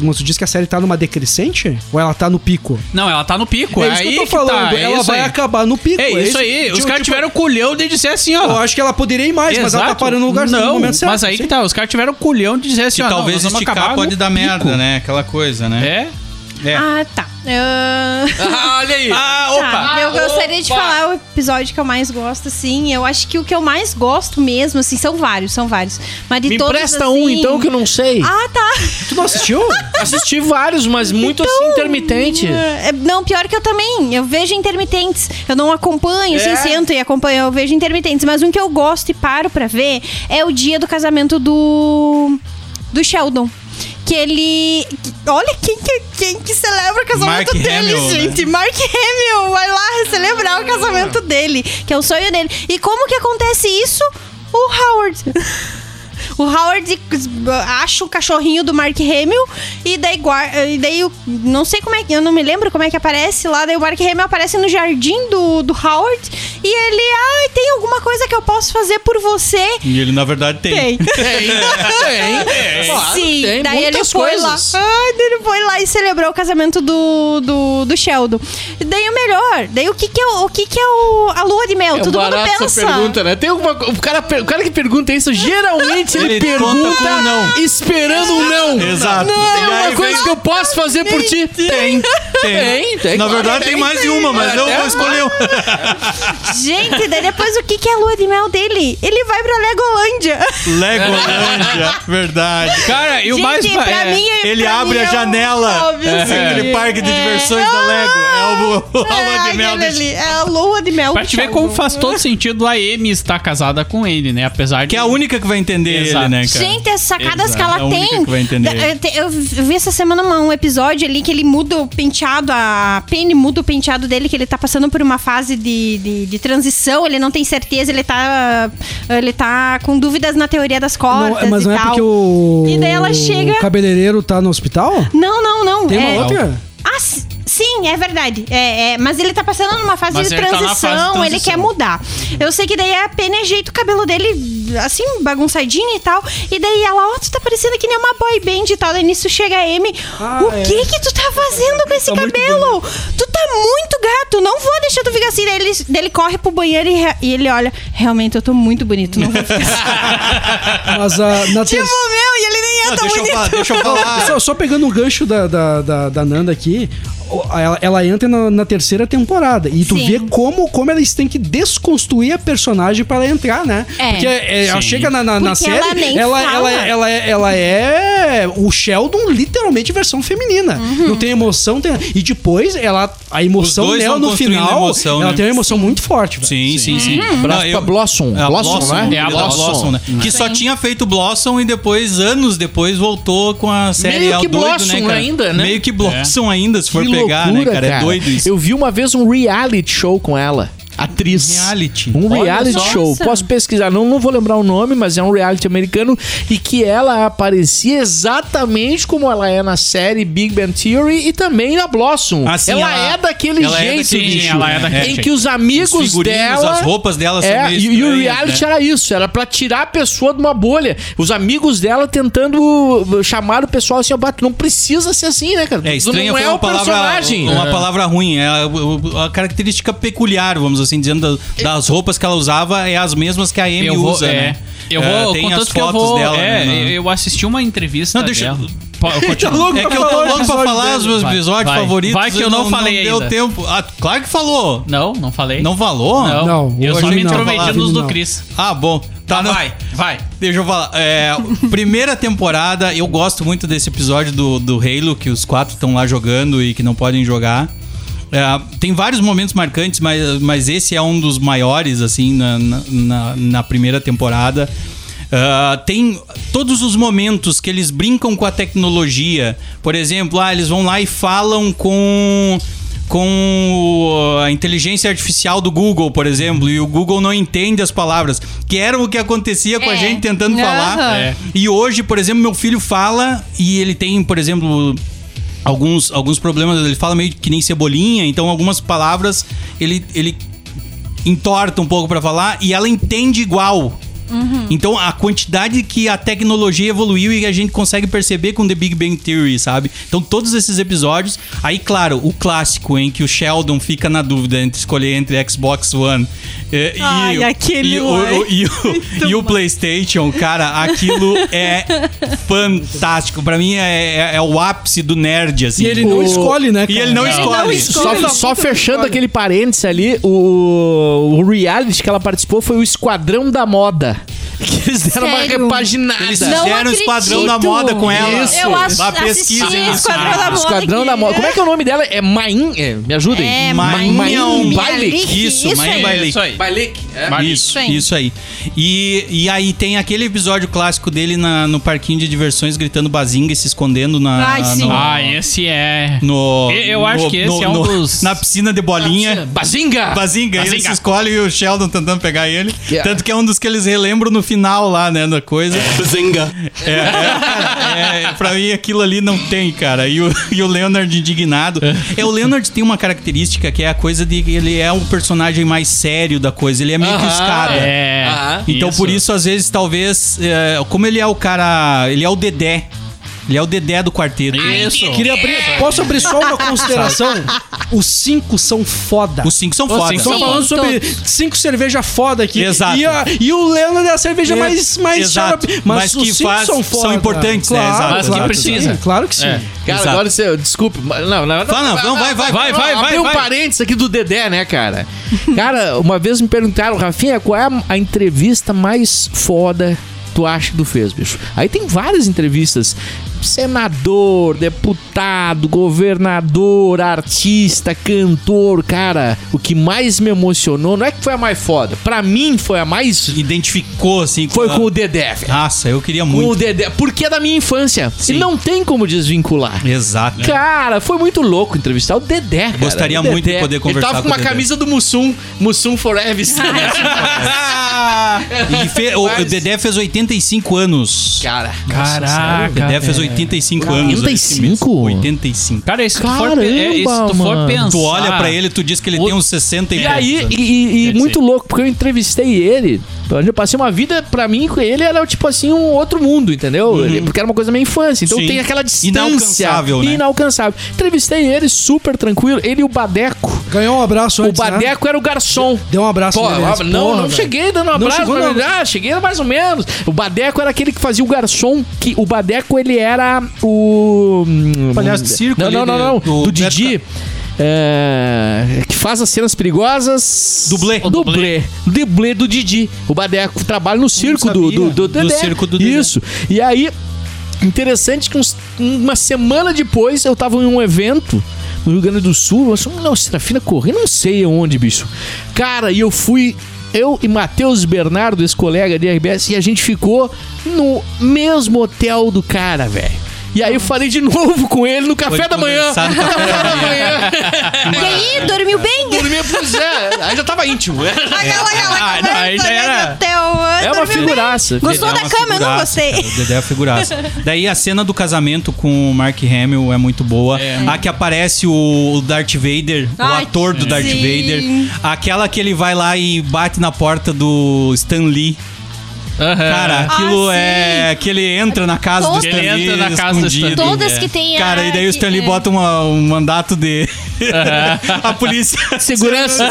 Speaker 5: mas tu diz que a série tá numa decrescente ou ela tá no pico?
Speaker 6: Não, ela tá no pico. É,
Speaker 5: isso
Speaker 6: aí
Speaker 5: que eu tô
Speaker 6: tá,
Speaker 5: falando.
Speaker 6: é
Speaker 5: ela
Speaker 6: isso
Speaker 5: vai
Speaker 6: aí.
Speaker 5: acabar no pico.
Speaker 6: É isso aí. Os
Speaker 5: Tipo,
Speaker 6: caras
Speaker 5: tipo,
Speaker 6: tiveram culhão de dizer assim, ó.
Speaker 5: Eu acho que ela poderia ir mais, mas ela tá
Speaker 6: Exato.
Speaker 5: parando no lugar no
Speaker 6: Não,
Speaker 5: momento certo.
Speaker 6: mas aí
Speaker 5: sim.
Speaker 6: que tá. Os caras tiveram culhão de dizer assim,
Speaker 3: Que
Speaker 6: ó.
Speaker 3: talvez
Speaker 6: não, nós vamos
Speaker 3: esticar
Speaker 6: acabar
Speaker 3: pode
Speaker 6: no
Speaker 3: dar
Speaker 6: pico.
Speaker 3: merda, né? Aquela coisa, né?
Speaker 6: É?
Speaker 3: É.
Speaker 7: Ah, tá. Ah,
Speaker 4: Ah, olha aí.
Speaker 6: Ah,
Speaker 7: tá.
Speaker 6: opa!
Speaker 7: eu gostaria de
Speaker 4: opa.
Speaker 7: falar o episódio que eu mais gosto, assim. Eu acho que o que eu mais gosto mesmo, assim, são vários, são vários. Mas de
Speaker 4: Me
Speaker 7: todos,
Speaker 4: empresta
Speaker 7: assim-
Speaker 4: um, então, que eu não sei.
Speaker 7: Ah, Então. tá.
Speaker 5: Tu não assistiu?
Speaker 4: Assisti vários, mas muito assim, intermitente.
Speaker 7: É, Não, pior que eu também. Eu vejo intermitentes. Eu não acompanho, assim, sento e acompanho. Eu vejo intermitentes. Mas um que eu gosto e paro pra ver é o dia do casamento do. do Sheldon. Que ele. que- Olha quem que, quem que celebra o casamento
Speaker 3: Mark
Speaker 7: dele,
Speaker 3: Hamill, né?
Speaker 7: gente. Mark Hamill vai lá celebrar o
Speaker 3: Ah.
Speaker 7: casamento dele, que é o sonho dele. E como que acontece isso? O Howard. O Howard acha o cachorrinho do Mark Hamill e daí, guar- e daí o- não sei como é que, eu não me lembro como é que aparece lá, daí o Mark Hamill aparece no jardim do, do Howard e ele, ai, tem alguma coisa que eu posso fazer por você?
Speaker 3: E ele, na verdade, tem.
Speaker 7: Tem.
Speaker 4: Tem, tem. Claro que
Speaker 7: Sim,
Speaker 4: tem
Speaker 7: daí ele
Speaker 4: muitas
Speaker 7: foi
Speaker 4: coisas.
Speaker 7: lá. Ah, daí ele foi lá e celebrou o casamento do, do, do Sheldon. E daí o melhor, daí o que que é o, o que que é o- a lua de mel?
Speaker 4: É
Speaker 7: Todo mundo
Speaker 4: barato
Speaker 7: pensa.
Speaker 4: essa pergunta, né? Tem alguma co- o cara, per- o cara que pergunta isso, geralmente ele
Speaker 3: ele
Speaker 4: ele
Speaker 3: conta com um não.
Speaker 4: esperando um não.
Speaker 3: Exato.
Speaker 4: Não, é
Speaker 3: E aí
Speaker 4: uma coisa
Speaker 3: vem-
Speaker 4: que eu posso fazer por ti.
Speaker 3: Tem, tem.
Speaker 4: Tem, tem,
Speaker 3: Na
Speaker 4: claro,
Speaker 3: verdade, tem,
Speaker 4: tem,
Speaker 3: mais de
Speaker 4: tem.
Speaker 3: uma, mas
Speaker 4: Até
Speaker 3: eu vou
Speaker 4: mais.
Speaker 3: escolher um.
Speaker 7: Gente, daí depois o que, que é a lua de mel dele? Ele vai pra Legolândia.
Speaker 3: Legolândia, verdade.
Speaker 6: Cara, e o
Speaker 7: Gente,
Speaker 6: mais.
Speaker 7: pra
Speaker 6: é,
Speaker 7: mim é-
Speaker 3: Ele
Speaker 7: pra
Speaker 3: abre a
Speaker 7: mim é um
Speaker 3: janela.
Speaker 7: óbvio,
Speaker 3: É.
Speaker 7: sim.
Speaker 3: Aquele parque de
Speaker 7: É.
Speaker 3: diversões da Lego. É o, o,
Speaker 7: É,
Speaker 3: lua de mel
Speaker 7: aquele
Speaker 3: de-
Speaker 7: ali, é a lua de mel.
Speaker 6: Pra
Speaker 7: do
Speaker 6: te ver
Speaker 7: Sheldon.
Speaker 6: como faz todo sentido a Amy estar casada com ele, né? Apesar de.
Speaker 3: Que é a única que vai entender ele,
Speaker 6: Exato.
Speaker 3: né, cara?
Speaker 7: Gente, as sacadas
Speaker 3: Exato.
Speaker 7: que
Speaker 3: É
Speaker 7: ela
Speaker 3: a única
Speaker 7: tem.
Speaker 3: que vai entender.
Speaker 7: Da- eu te- Eu vi essa semana uma- um episódio ali que ele muda o penteado, a Penny muda o penteado dele, que ele tá passando por uma fase de, de, de transição, ele não tem certeza, ele tá, ele tá com dúvidas na teoria das cordas.
Speaker 5: Não, mas não
Speaker 7: e
Speaker 5: é
Speaker 7: tal.
Speaker 5: porque o.
Speaker 7: E daí ela chega.
Speaker 5: O cabeleireiro tá no hospital?
Speaker 7: Não, não, não.
Speaker 5: Tem uma
Speaker 7: é-
Speaker 5: outra?
Speaker 7: Ah, s- sim, é verdade. É, é, mas ele tá passando numa fase,
Speaker 6: Mas
Speaker 7: de,
Speaker 6: ele tá na
Speaker 7: transição,
Speaker 6: fase de
Speaker 7: ele
Speaker 6: transição.
Speaker 7: quer mudar. Eu sei que daí a Penny ajeita o cabelo dele, assim, bagunçadinho e tal. E daí ela, ó, tu tá parecendo que nem uma boy band e tal. Daí nisso chega a Amy.
Speaker 5: Ah,
Speaker 7: o
Speaker 5: é.
Speaker 7: que que tu tá fazendo com esse cabelo? Tu tá muito gato, não vou deixar tu ficar assim. Daí ele, daí ele corre pro banheiro e, re- e ele olha, realmente eu tô muito bonito, não vou ficar assim.
Speaker 5: Mas a, na
Speaker 7: tipo,
Speaker 5: terça-
Speaker 7: meu, e ele nem é
Speaker 3: Não,
Speaker 7: tão
Speaker 3: deixa eu
Speaker 7: bonito.
Speaker 3: falar, deixa eu falar.
Speaker 5: Só, só pegando o gancho da, da, da, da Nanda aqui, o- ela, ela entra na, na terceira temporada. E tu
Speaker 7: Sim.
Speaker 5: vê como, como eles têm que desconstruir a personagem para ela entrar, né?
Speaker 7: É.
Speaker 5: Porque é, ela
Speaker 6: Sim.
Speaker 5: chega na, na, na
Speaker 7: Porque
Speaker 5: série,
Speaker 7: ela nem
Speaker 5: ela,
Speaker 7: fala.
Speaker 5: ela, ela, é- ela é o Sheldon, literalmente, versão feminina.
Speaker 7: Uhum.
Speaker 5: Não tem emoção. tem- e depois, ela a
Speaker 3: Os
Speaker 5: emoção
Speaker 3: dois
Speaker 5: dela
Speaker 3: vão
Speaker 5: no
Speaker 3: construindo
Speaker 5: final,
Speaker 3: emoção,
Speaker 5: ela
Speaker 3: né?
Speaker 5: tem uma emoção muito forte. velho.
Speaker 3: Sim, sim, sim. Não,
Speaker 4: Abraço
Speaker 3: eu-
Speaker 4: pra Blossom.
Speaker 3: É a
Speaker 4: Blossom, né?
Speaker 3: É a Blossom, né? Que só tinha feito Blossom e depois, anos depois, voltou com a série
Speaker 4: Meio
Speaker 3: ao
Speaker 4: que
Speaker 3: doido,
Speaker 4: Blossom
Speaker 3: né, cara?
Speaker 4: ainda, né?
Speaker 3: Meio que Blossom ainda, se for
Speaker 4: Que
Speaker 3: pegar, né,
Speaker 4: loucura,
Speaker 3: cara? É doido isso.
Speaker 4: Eu vi uma vez um reality show com ela. Atriz.
Speaker 3: Reality.
Speaker 4: Um
Speaker 6: Olha
Speaker 4: reality
Speaker 6: só.
Speaker 4: show.
Speaker 7: Nossa.
Speaker 4: Posso pesquisar, não, não vou lembrar o nome, mas é um reality americano e que ela aparecia exatamente como ela é na série Big Bang Theory e também na Blossom.
Speaker 3: Assim,
Speaker 4: ela,
Speaker 3: ela-
Speaker 4: é daquele
Speaker 3: ela é
Speaker 4: jeito,
Speaker 3: daquele-
Speaker 4: bicho.
Speaker 6: ela é daquele
Speaker 4: em
Speaker 6: jeito.
Speaker 4: que os amigos
Speaker 3: Os figurinos,
Speaker 4: dela...
Speaker 3: as roupas dela são
Speaker 4: É,
Speaker 3: meio
Speaker 4: e, e o
Speaker 3: estranhas,
Speaker 4: reality
Speaker 3: né?
Speaker 4: era isso, era pra tirar a pessoa de uma bolha. Os amigos dela tentando chamar o pessoal assim, ó, "Bah, tu não precisa ser assim, né, cara?
Speaker 3: É,
Speaker 4: Tu
Speaker 3: estranha
Speaker 4: não
Speaker 3: foi
Speaker 4: é
Speaker 3: uma
Speaker 4: o
Speaker 3: palavra,
Speaker 4: personagem.
Speaker 3: uma
Speaker 4: É.
Speaker 3: palavra ruim. É a, a característica peculiar, vamos assim, dizendo, da- das roupas que ela usava é as mesmas que a Amy
Speaker 6: eu vou,
Speaker 3: usa,
Speaker 6: é,
Speaker 3: né?
Speaker 6: Eu
Speaker 3: É,
Speaker 6: vou,
Speaker 3: tem
Speaker 6: contanto
Speaker 3: as
Speaker 6: que eu
Speaker 3: fotos
Speaker 6: vou,
Speaker 3: dela. né,
Speaker 6: é,
Speaker 3: no-
Speaker 6: eu- eu assisti uma entrevista
Speaker 3: Não, deixa-
Speaker 6: dela. Po- continua.
Speaker 5: louco
Speaker 3: É
Speaker 5: pra
Speaker 3: que eu tô
Speaker 5: falar o
Speaker 3: louco pra
Speaker 5: episódio
Speaker 3: falar
Speaker 5: dele.
Speaker 3: os meus
Speaker 6: Vai,
Speaker 3: episódios
Speaker 6: vai.
Speaker 3: favoritos.
Speaker 6: Vai que eu
Speaker 3: e
Speaker 6: não falei
Speaker 3: Não deu
Speaker 6: ainda.
Speaker 3: tempo. Ah, claro que falou.
Speaker 6: Não, não falei.
Speaker 3: Não falou?
Speaker 6: Não,
Speaker 5: Não,
Speaker 6: eu só
Speaker 5: hoje
Speaker 6: me
Speaker 5: não.
Speaker 6: intrometi
Speaker 5: Hoje
Speaker 6: nos do
Speaker 5: não.
Speaker 6: Cris.
Speaker 3: Ah, bom. Tá, não-
Speaker 6: vai.
Speaker 3: Deixa eu falar. É, primeira temporada, eu gosto muito desse episódio do, do Halo, que os quatro estão lá jogando e que não podem jogar. É, tem vários momentos marcantes, mas, mas esse é um dos maiores, assim, na, na- na, na primeira temporada. Ah, tem todos os momentos que eles brincam com a tecnologia. Por exemplo, ah, eles vão lá e falam com com o- a inteligência artificial do Google, por exemplo, e o Google não entende as palavras, que era o que acontecia com a
Speaker 7: É.
Speaker 3: gente tentando falar.
Speaker 7: Aham.
Speaker 6: É.
Speaker 3: E hoje, por exemplo, meu filho fala e ele tem, por exemplo, alguns, alguns problemas, ele fala meio que nem cebolinha, então algumas palavras ele, ele entorta um pouco pra falar e ela entende igual.
Speaker 7: Uhum.
Speaker 3: Então a quantidade que a tecnologia evoluiu e a gente consegue perceber com The Big Bang Theory, sabe? Então todos esses episódios, aí claro, o clássico em que o Sheldon fica na dúvida entre escolher entre Xbox One eh, e,
Speaker 7: Ai,
Speaker 3: o-
Speaker 7: aquele
Speaker 3: e, o,
Speaker 7: lá.
Speaker 3: o- e o- e o PlayStation, cara, aquilo é fantástico. Pra mim é, é- é o ápice do nerd assim.
Speaker 5: E ele não
Speaker 4: O-
Speaker 5: escolhe, né?
Speaker 3: E
Speaker 5: cara?
Speaker 3: ele não escolhe.
Speaker 5: é
Speaker 4: Só, só fechando aquele parênteses ali, o, o reality que ela participou foi o Esquadrão da Moda. Que eles deram
Speaker 7: Sério?
Speaker 4: uma repaginada.
Speaker 3: Eles
Speaker 7: Não
Speaker 3: fizeram o Esquadrão da
Speaker 7: acredito.
Speaker 3: Moda com ela.
Speaker 4: Isso.
Speaker 7: Eu acho
Speaker 3: Vá pesquisem isso.
Speaker 7: assisti Esquadrão da Moda.
Speaker 4: Esquadrão
Speaker 7: que-
Speaker 4: da Moda. Como é que é o nome dela? É Main... é, me ajudem.
Speaker 7: É,
Speaker 3: Main-
Speaker 4: Main
Speaker 7: Bialik.
Speaker 4: Baile.
Speaker 3: Isso,
Speaker 7: Isso
Speaker 3: Main
Speaker 7: aí.
Speaker 3: Bailey.
Speaker 6: Isso aí.
Speaker 4: Bailic. É.
Speaker 3: Isso,
Speaker 7: Isso aí.
Speaker 3: isso aí. E, e aí tem aquele episódio clássico dele na- no parquinho de diversões gritando bazinga e se escondendo na.
Speaker 7: Ai, sim.
Speaker 3: No,
Speaker 6: Ah, esse é.
Speaker 3: no-
Speaker 6: Eu- eu acho
Speaker 3: no-
Speaker 6: que esse
Speaker 3: no-
Speaker 6: é um
Speaker 3: no-
Speaker 6: dos-
Speaker 3: Na piscina de bolinha.
Speaker 4: Bazinga!
Speaker 3: Bazinga, ele se escolhe e o Sheldon tentando pegar ele.
Speaker 4: Yeah.
Speaker 3: Tanto que é um dos que eles relembram no final lá, né, da coisa. Bazinga. É, é, cara, é, pra mim aquilo ali não tem, cara. E o, e o Leonard indignado. É, o Leonard tem uma característica que é a coisa de que ele é o personagem mais sério da coisa. Ele é meio que Então,
Speaker 4: Aham,
Speaker 3: os cara.
Speaker 6: É.
Speaker 4: Ah,
Speaker 3: Então por isso às vezes talvez é, como ele é o cara, ele é o Dedé. Ele é o Dedé do quarteto.
Speaker 6: Isso.
Speaker 5: Queria abrir, posso abrir só uma consideração? Os cinco são foda.
Speaker 3: Os cinco são
Speaker 6: Os
Speaker 3: foda.
Speaker 6: cinco
Speaker 5: Estão
Speaker 7: Sim,
Speaker 5: falando sobre cinco cerveja foda aqui.
Speaker 3: Exato.
Speaker 5: E, a- e o Leonard é a cerveja
Speaker 3: É,
Speaker 5: mais, mais
Speaker 3: exato.
Speaker 5: xarope.
Speaker 3: Mas que faz- são importantes, né?
Speaker 5: claro,
Speaker 3: Exato,
Speaker 6: Mas que
Speaker 5: claro
Speaker 6: precisa.
Speaker 5: sim, claro que sim.
Speaker 6: É.
Speaker 9: Cara,
Speaker 3: Exato.
Speaker 9: agora você. Desculpe. mas- Não, não, não.
Speaker 3: Fala, não, vai, vai, vai,
Speaker 9: Não,
Speaker 3: vai, vai,
Speaker 9: abriu um
Speaker 3: vai.
Speaker 9: parênteses aqui do Dedé, né, cara?
Speaker 4: Cara, uma vez me perguntaram, Rafinha, qual é a, a entrevista mais foda tu acha que tu fez, bicho? Aí tem várias entrevistas. Senador, deputado, governador, artista, cantor, cara. O que mais me emocionou, não é que foi a mais foda. Pra mim foi a mais.
Speaker 3: Identificou, assim.
Speaker 4: Foi
Speaker 3: a-
Speaker 4: com o Dedé, velho.
Speaker 3: Nossa, eu queria
Speaker 4: Com o
Speaker 3: muito.
Speaker 4: Dedé. Porque é da minha infância. E não tem como desvincular.
Speaker 3: Exato.
Speaker 4: Cara, foi muito louco entrevistar o Dedé. cara.
Speaker 3: né? Gostaria
Speaker 4: O Dedé.
Speaker 3: muito de poder conversar
Speaker 9: Ele tava
Speaker 3: com
Speaker 9: com
Speaker 3: o
Speaker 9: uma
Speaker 3: Dedé.
Speaker 9: camisa do Mussum, Mussum Forever.
Speaker 4: assim,
Speaker 3: E fe- o, o Dedé fez 85 anos.
Speaker 9: cara.
Speaker 4: Ah,
Speaker 3: Caraca. O Dedé fez 85 anos.
Speaker 4: 85?
Speaker 3: 85.
Speaker 6: Cara, se tu for,
Speaker 4: Caramba,
Speaker 6: é, se tu for
Speaker 4: mano.
Speaker 6: pensar.
Speaker 3: Tu olha pra ele, tu diz que ele
Speaker 6: O-
Speaker 3: tem uns 60 e
Speaker 4: E aí,
Speaker 3: poucos anos.
Speaker 4: e, e- e
Speaker 6: Deve
Speaker 4: muito
Speaker 6: ser.
Speaker 4: louco, porque eu entrevistei ele. Eu passei uma vida, pra mim, com ele era tipo assim, um outro mundo, entendeu? Ele- Porque era uma coisa da minha infância. Então
Speaker 3: Uhum. Sim.
Speaker 4: tem aquela distância.
Speaker 3: Inalcançável, né?
Speaker 4: Inalcançável. Entrevistei ele super tranquilo. Ele e o Badeco.
Speaker 5: Ganhou um abraço
Speaker 4: O
Speaker 5: antes, né?
Speaker 4: Badeco era o garçom.
Speaker 5: Deu um abraço
Speaker 4: Pô,
Speaker 5: nele
Speaker 4: não,
Speaker 5: antes.
Speaker 4: não
Speaker 5: Porra, velho.
Speaker 4: cheguei dando um
Speaker 5: Não
Speaker 4: abraço.
Speaker 5: chegou,
Speaker 4: pra ele.
Speaker 5: não.
Speaker 4: Ah, cheguei mais ou menos. O Badeco era aquele que fazia o garçom. Que o Badeco, ele era o. hum,
Speaker 3: palhaço de circo
Speaker 4: Não,
Speaker 3: ali
Speaker 4: não, não,
Speaker 3: de-
Speaker 4: não.
Speaker 3: do
Speaker 4: Do,
Speaker 3: Beto
Speaker 4: Didi. É, que faz as cenas perigosas.
Speaker 3: Dublê.
Speaker 4: O Dublê. Dublê do Didi. O Badeco trabalha no circo do,
Speaker 3: sabia.
Speaker 4: do, do
Speaker 3: No
Speaker 4: Dedé.
Speaker 3: circo do Dedé.
Speaker 4: Isso. E aí, Interessante que uns- uma semana depois eu tava em um evento no Rio Grande do Sul, eu assim, não, Serafina correndo, não sei aonde, bicho. Cara, e eu fui, eu e Matheus Bernardo, esse colega de RBS, e a gente ficou no mesmo hotel do cara, velho. E aí eu falei de novo com ele no café
Speaker 3: Foi
Speaker 4: da manhã.
Speaker 3: conversar no café da manhã.
Speaker 7: E aí, dormiu bem?
Speaker 4: Dormia, pois é, aí já tava íntimo, né?
Speaker 7: Aquela, aquela
Speaker 6: Ah, não, aí já
Speaker 7: conversa,
Speaker 6: era-
Speaker 7: né, até o-
Speaker 4: É uma
Speaker 7: dormiu bem.
Speaker 4: figuraça.
Speaker 3: Dedé
Speaker 7: Gostou
Speaker 3: é
Speaker 7: da
Speaker 3: uma
Speaker 7: cama? Eu não
Speaker 3: figuraça,
Speaker 7: gostei.
Speaker 3: cara. O Dedé é uma figuraça. Daí a cena do casamento com o Mark Hamill é muito boa. A que aparece o o Darth Vader,
Speaker 7: Ai,
Speaker 3: o ator do Darth
Speaker 7: sim.
Speaker 3: Vader. Aquela que ele vai lá e bate na porta do Stan Lee.
Speaker 6: Aham.
Speaker 3: Cara, aquilo
Speaker 7: Ah, sim.
Speaker 3: é. que ele entra na casa do
Speaker 7: Todas-
Speaker 3: Stan Lee.
Speaker 6: Ele entra na casa do Stan
Speaker 3: escondido.
Speaker 6: Lee.
Speaker 7: Todas
Speaker 6: É.
Speaker 7: que tem
Speaker 3: Cara, e daí o Stanley
Speaker 7: é.
Speaker 3: bota uma- um mandato de. a polícia.
Speaker 4: Segurança.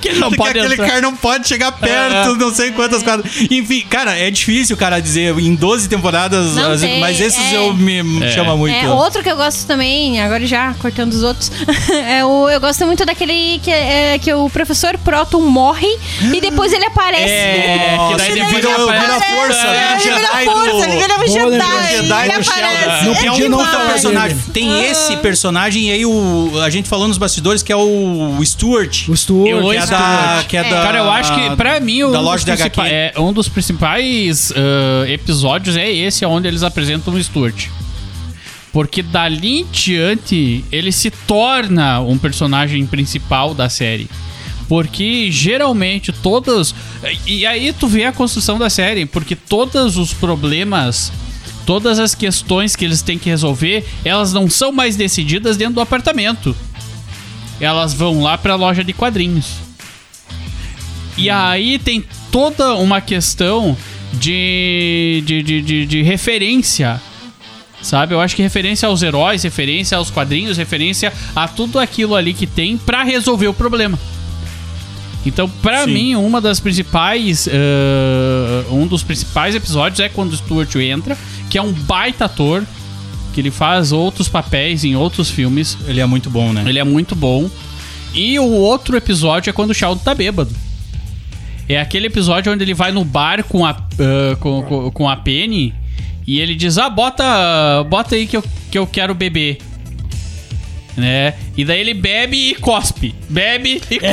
Speaker 3: que ele não
Speaker 6: pode
Speaker 3: aquele
Speaker 6: entrar.
Speaker 3: cara não pode É, chegar perto, não sei quantas quadras. Enfim, cara, é difícil, cara, dizer em 12 temporadas,
Speaker 7: Não
Speaker 3: às vezes,
Speaker 7: tem,
Speaker 3: mas esses
Speaker 7: é.
Speaker 3: eu me me chama muito.
Speaker 7: É, outro que eu gosto também, agora já cortando os outros, é o, eu gosto muito daquele que, é, que o professor Proton morre e depois ele aparece.
Speaker 6: É, que daí
Speaker 3: Nossa,
Speaker 6: depois
Speaker 3: vira-
Speaker 6: ele aparece.
Speaker 3: vira força,
Speaker 6: É,
Speaker 3: né?
Speaker 7: Ele vira
Speaker 3: Jedi
Speaker 7: força,
Speaker 3: do-
Speaker 7: ele vira um
Speaker 5: Boa
Speaker 7: Jedi.
Speaker 5: lembrança.
Speaker 3: Sheldon.
Speaker 7: ele aparece.
Speaker 3: Não um
Speaker 7: é
Speaker 3: podia não
Speaker 7: demais.
Speaker 3: faltar personagem. Tem
Speaker 7: Ah.
Speaker 3: esse personagem e aí o, a gente falou nos bastidores que é o Stuart.
Speaker 5: O Stuart.
Speaker 6: Eu-
Speaker 3: que é da, que é da-
Speaker 6: Cara, eu acho que pra mim um,
Speaker 3: da loja
Speaker 6: dos,
Speaker 3: da HQ.
Speaker 6: principais, é, um dos principais ah, episódios é esse onde eles apresentam o Stuart. Porque dali em diante ele se torna um personagem principal da série. Porque geralmente todas. E aí tu vê a construção da série, porque todos os problemas, todas as questões que eles têm que resolver, elas não são mais decididas dentro do apartamento. Elas vão lá pra loja de quadrinhos. E aí tem toda uma questão de, de, de, de, de referência. Sabe? Eu acho que referência aos heróis, referência aos quadrinhos, referência a tudo aquilo ali que tem pra resolver o problema. Então, pra
Speaker 3: Sim.
Speaker 6: mim, uma das principais. ah, um dos principais episódios é quando o Stuart entra, que é um baita ator, que ele faz outros papéis em outros filmes.
Speaker 3: Ele é muito bom, né?
Speaker 6: Ele é muito bom. E o outro episódio é quando o Sheldon tá bêbado. É aquele episódio onde ele vai no bar com a, ah, com, com- com a Penny e ele diz: Ah, bota, bota aí que eu, que eu quero beber. Né? E daí ele bebe e cospe. Bebe e cospe.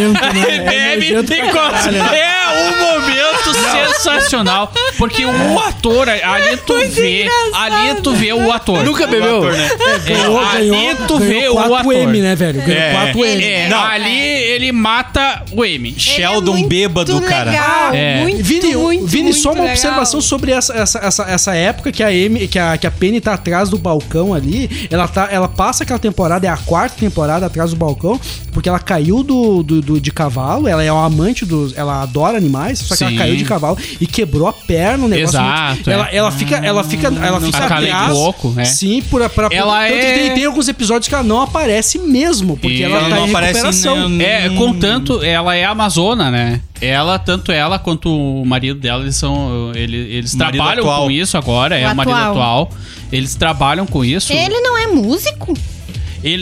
Speaker 5: É nojento, né? É
Speaker 6: bebe
Speaker 5: nojento
Speaker 6: e
Speaker 5: pra
Speaker 6: cospe. É um momento sensacional. Porque o
Speaker 5: É.
Speaker 6: ator, ali tu vê. Ali tu vê o ator.
Speaker 4: Nunca
Speaker 7: é
Speaker 4: bebeu?
Speaker 7: né?
Speaker 3: né?
Speaker 5: Ganhou,
Speaker 3: Ah,
Speaker 6: É, ali
Speaker 5: ganhou,
Speaker 6: tu vê
Speaker 5: ganhou
Speaker 6: o ator.
Speaker 5: 4M, né, velho? Ganhou
Speaker 3: É.
Speaker 5: 4M.
Speaker 6: É,
Speaker 3: Não.
Speaker 6: ali ele mata o M.
Speaker 3: Sheldon
Speaker 7: é muito
Speaker 3: bêbado, cara.
Speaker 7: Legal,
Speaker 6: É.
Speaker 7: muito,
Speaker 5: Vini,
Speaker 7: muito,
Speaker 5: Vini
Speaker 7: muito
Speaker 5: só uma
Speaker 7: legal.
Speaker 5: observação sobre essa, essa, essa, essa época que a, Amy, que, a, que a Penny tá atrás do balcão ali. Ela, tá, ela passa aquela temporada, é a quarta temporada atrás do balcão, porque ela caiu do, do, do- de cavalo. Ela é uma amante dos. Ela adora animais, só que
Speaker 6: Sim.
Speaker 5: ela caiu de cavalo e quebrou a moderna, um negócio.
Speaker 6: Exato,
Speaker 5: muito-
Speaker 6: é.
Speaker 5: Ela, ela fica, ela fica, ela fica
Speaker 6: saca
Speaker 5: atrás,
Speaker 6: leite louco, é.
Speaker 5: Sim, por, pra, por-
Speaker 6: Ela
Speaker 5: tanto que
Speaker 6: é-
Speaker 5: tem, tem alguns episódios que ela não aparece mesmo, porque
Speaker 6: E
Speaker 5: ela,
Speaker 3: ela
Speaker 5: tá
Speaker 3: não
Speaker 5: em
Speaker 3: aparece em
Speaker 5: recuperação.
Speaker 3: nenhum-
Speaker 6: É, contanto, ela é amazona, né? Ela, tanto ela quanto o marido dela, eles são. Ele, eles
Speaker 3: Marido
Speaker 6: trabalham
Speaker 3: atual.
Speaker 6: com isso agora, é
Speaker 7: O
Speaker 6: o marido
Speaker 7: atual.
Speaker 6: atual. Eles trabalham com isso. Ele,
Speaker 7: Ele não é músico?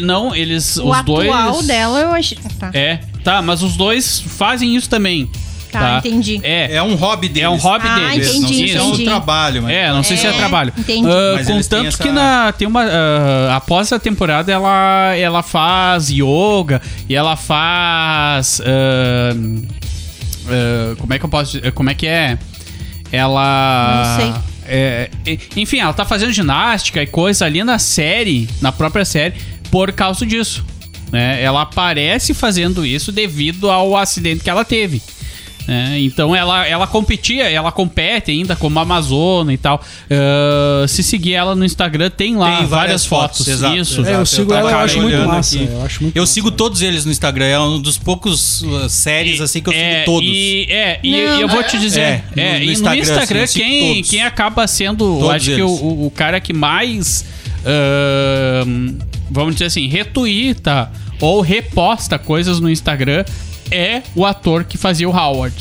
Speaker 6: não, eles.
Speaker 7: o
Speaker 6: os
Speaker 7: atual
Speaker 6: dois.
Speaker 7: dela, eu acho. Tá,
Speaker 6: É, tá, mas os dois fazem isso também.
Speaker 7: Tá, entendi.
Speaker 6: É,
Speaker 3: É um hobby deles.
Speaker 6: É um hobby
Speaker 7: Ah,
Speaker 6: deles.
Speaker 7: entendi,
Speaker 6: Não sei se é um
Speaker 7: entendi.
Speaker 3: trabalho, mas...
Speaker 6: É, não sei se é
Speaker 7: É,
Speaker 6: trabalho.
Speaker 7: entendi.
Speaker 6: Ah,
Speaker 3: Mas eles têm
Speaker 6: contanto
Speaker 3: essa-
Speaker 6: que na, tem uma. ah, após a temporada, ela, ela faz yoga e ela faz. ah, ah, como é que eu posso dizer? Como é que é? Ela.
Speaker 7: Não sei.
Speaker 6: é, e- enfim, ela tá fazendo ginástica e coisa ali na série, na própria série, por causa disso. Né? Ela aparece fazendo isso devido ao acidente que ela teve. né? Então ela, ela competia, ela compete ainda como Amazona e tal. Ah, se seguir ela no Instagram, tem lá várias, fotos.
Speaker 3: exato,
Speaker 6: isso.
Speaker 3: exato.
Speaker 5: É, eu sigo
Speaker 3: tava
Speaker 5: ela, eu acho muito
Speaker 3: olhando
Speaker 5: massa, eu acho muito
Speaker 3: Eu
Speaker 5: massa.
Speaker 3: sigo todos eles no Instagram. É um dos poucos uh, séries assim que eu
Speaker 6: É,
Speaker 3: sigo todos.
Speaker 6: E, é, e-
Speaker 7: Não.
Speaker 6: e eu vou te dizer,
Speaker 3: É,
Speaker 6: é,
Speaker 3: no- no
Speaker 6: e no
Speaker 3: Instagram,
Speaker 6: Instagram,
Speaker 3: assim, eu sigo
Speaker 6: quem,
Speaker 3: todos.
Speaker 6: quem acaba sendo, eu
Speaker 3: Todos
Speaker 6: acho que o,
Speaker 3: eles.
Speaker 6: o- o cara que mais, ahn, vamos dizer assim, retuita ou reposta coisas no Instagram é o ator que fazia o Howard.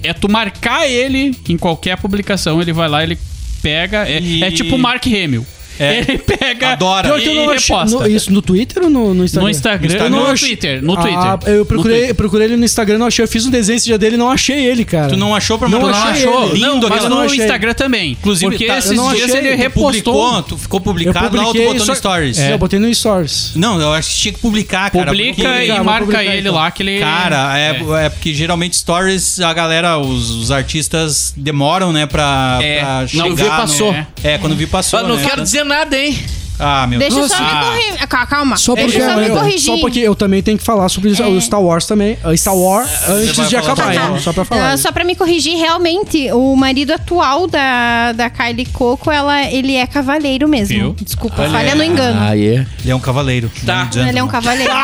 Speaker 6: É tu marcar ele em qualquer publicação, ele vai lá, ele pega, é,
Speaker 3: E-
Speaker 6: é tipo o Mark Hamill.
Speaker 3: É.
Speaker 6: Ele pega
Speaker 3: Adora.
Speaker 5: Pior
Speaker 6: e
Speaker 5: que eu não achei-
Speaker 6: reposta.
Speaker 5: no- isso no Twitter ou no, no Instagram?
Speaker 6: No Instagram,
Speaker 3: No Instagram.
Speaker 6: no,
Speaker 5: achei-
Speaker 6: Twitter, no
Speaker 5: Ah,
Speaker 6: Twitter.
Speaker 5: eu
Speaker 6: No
Speaker 5: procurei,
Speaker 6: Twitter.
Speaker 5: procurei ele no Instagram, não achei. Eu fiz um desenho esse dia dele e não achei ele, cara.
Speaker 3: Tu não achou pra
Speaker 5: Não
Speaker 3: mandar?
Speaker 6: Tu não
Speaker 5: achei
Speaker 6: achou?
Speaker 5: ele.
Speaker 3: Lindo
Speaker 6: não, mas
Speaker 3: aquela-
Speaker 5: não
Speaker 6: no
Speaker 5: achei.
Speaker 6: Instagram também.
Speaker 3: Inclusive,
Speaker 6: Porque
Speaker 3: tá-
Speaker 6: esses
Speaker 5: eu não
Speaker 6: dias
Speaker 5: achei,
Speaker 6: ele
Speaker 5: tu
Speaker 3: Publicou,
Speaker 6: repostou.
Speaker 3: tu ficou publicado lá ou tu botou no
Speaker 5: só-
Speaker 3: Stories?
Speaker 5: É, eu botei no Stories.
Speaker 3: Não, eu acho que tinha que publicar, cara. porque-
Speaker 6: Publica
Speaker 5: vou
Speaker 6: e marca
Speaker 5: publicar,
Speaker 6: ele
Speaker 5: então.
Speaker 6: lá que ele.
Speaker 3: Cara, é, é porque geralmente stories, a galera, os, os artistas demoram, né, pra,
Speaker 6: É,
Speaker 3: pra
Speaker 6: não,
Speaker 3: chegar.
Speaker 4: vê,
Speaker 3: no-
Speaker 4: passou.
Speaker 3: É, quando vi passou,
Speaker 4: Ah, não
Speaker 3: né?
Speaker 4: quero dizer nada, hein?
Speaker 3: Ah, meu
Speaker 7: Deixa
Speaker 3: Deus.
Speaker 7: eu só
Speaker 6: Ah.
Speaker 7: me corrigir. Calma, calma.
Speaker 5: Só porque,
Speaker 7: Deixa eu só
Speaker 4: é
Speaker 7: me
Speaker 5: eu,
Speaker 7: corrigir. É.
Speaker 5: só porque eu também tenho que falar sobre o Star Wars também. Uh, Star Wars antes
Speaker 3: É, vai
Speaker 5: de
Speaker 3: falar
Speaker 5: acabar,
Speaker 3: sobre
Speaker 5: né?
Speaker 3: ela.
Speaker 5: Só pra
Speaker 7: Ah,
Speaker 5: falar.
Speaker 7: só pra me corrigir, realmente, o marido atual da, da Kylie Coco, ela, ele é cavaleiro mesmo.
Speaker 6: Viu?
Speaker 7: Desculpa, falha no engano.
Speaker 4: Ah, é.
Speaker 3: Ele é um cavaleiro. Tá.
Speaker 7: ele é um cavaleiro.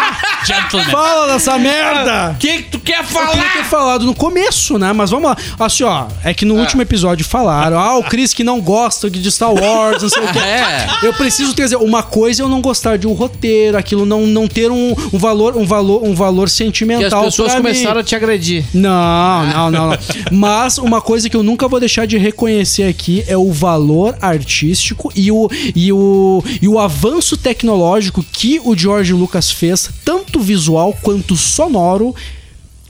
Speaker 6: Gentleman.
Speaker 5: Fala dessa merda!
Speaker 4: O que, que tu quer
Speaker 5: Eu queria ter
Speaker 4: falar?
Speaker 5: falado no começo, né? Mas vamos lá. Assim, ó, é que no
Speaker 3: Ah.
Speaker 5: último episódio falaram, ah, o Chris que não gosta de Star Wars, não sei o quê.
Speaker 4: É.
Speaker 5: Eu preciso, quer dizer, uma coisa é eu não gostar de um roteiro, aquilo não, não ter um, um valor, um valor, um
Speaker 4: E
Speaker 5: valor
Speaker 4: as
Speaker 5: sentimental.
Speaker 4: pessoas
Speaker 5: pra mim.
Speaker 4: começaram a te agredir.
Speaker 5: Não, não, não, não. Mas uma coisa que eu nunca vou deixar de reconhecer aqui é o valor artístico e o, e o, e o avanço tecnológico que o George Lucas fez, tanto visual quanto sonoro.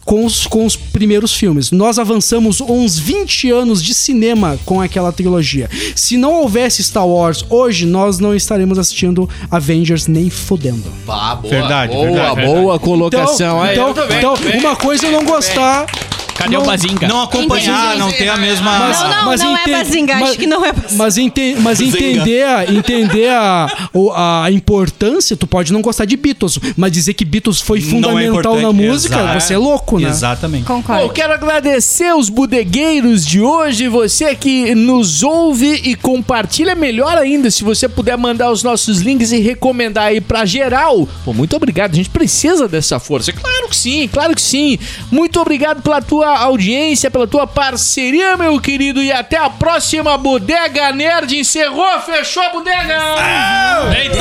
Speaker 5: Com os, com os primeiros filmes. Nós avançamos uns 20 anos de cinema com aquela trilogia. Se não houvesse Star Wars hoje, nós não estaremos assistindo Avengers nem fodendo.
Speaker 4: Bah, boa.
Speaker 3: Verdade,
Speaker 4: boa,
Speaker 3: É verdade.
Speaker 4: boa colocação. aí.
Speaker 5: então,
Speaker 4: Eu também.
Speaker 5: então uma coisa eu não gostar.
Speaker 6: Cadê o
Speaker 5: não-
Speaker 6: Bazinga?
Speaker 3: Não acompanhar,
Speaker 7: Entendi.
Speaker 3: não ter a mesma...
Speaker 7: Não, não, não é bazinga, acho que não é bazinga.
Speaker 5: Mas, ente- mas entender, a- entender a, o- a importância, tu pode não gostar de Beatles, mas dizer que Beatles foi
Speaker 3: Não é
Speaker 5: fundamental
Speaker 3: importante.
Speaker 5: na música,
Speaker 3: Exa-
Speaker 5: você é louco, né?
Speaker 3: Exatamente.
Speaker 4: Bom, Então, eu
Speaker 7: Concordo.
Speaker 4: quero agradecer os bodegueiros de hoje, você que nos ouve e compartilha melhor ainda, se você puder mandar os nossos links e recomendar aí pra geral. Pô, muito obrigado, a gente precisa dessa força. Claro que sim, claro que sim. Muito obrigado pela tua audiência, pela tua parceria, meu querido, e até a próxima Bodega Nerd. Encerrou, fechou a bodega! Ah,
Speaker 3: Eita!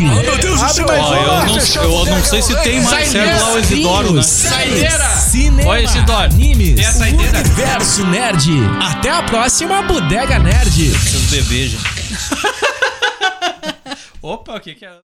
Speaker 3: eu, não, eu não sei se tem mais, sério, lá o Isidoro, né?
Speaker 4: Saideira!
Speaker 1: Cinema,
Speaker 6: Olha esse dólar.
Speaker 1: animes,
Speaker 6: É a saideira.
Speaker 1: universo nerd. Até a próxima Bodega Nerd.
Speaker 3: Seus bebês, gente.
Speaker 6: Opa, o que que é?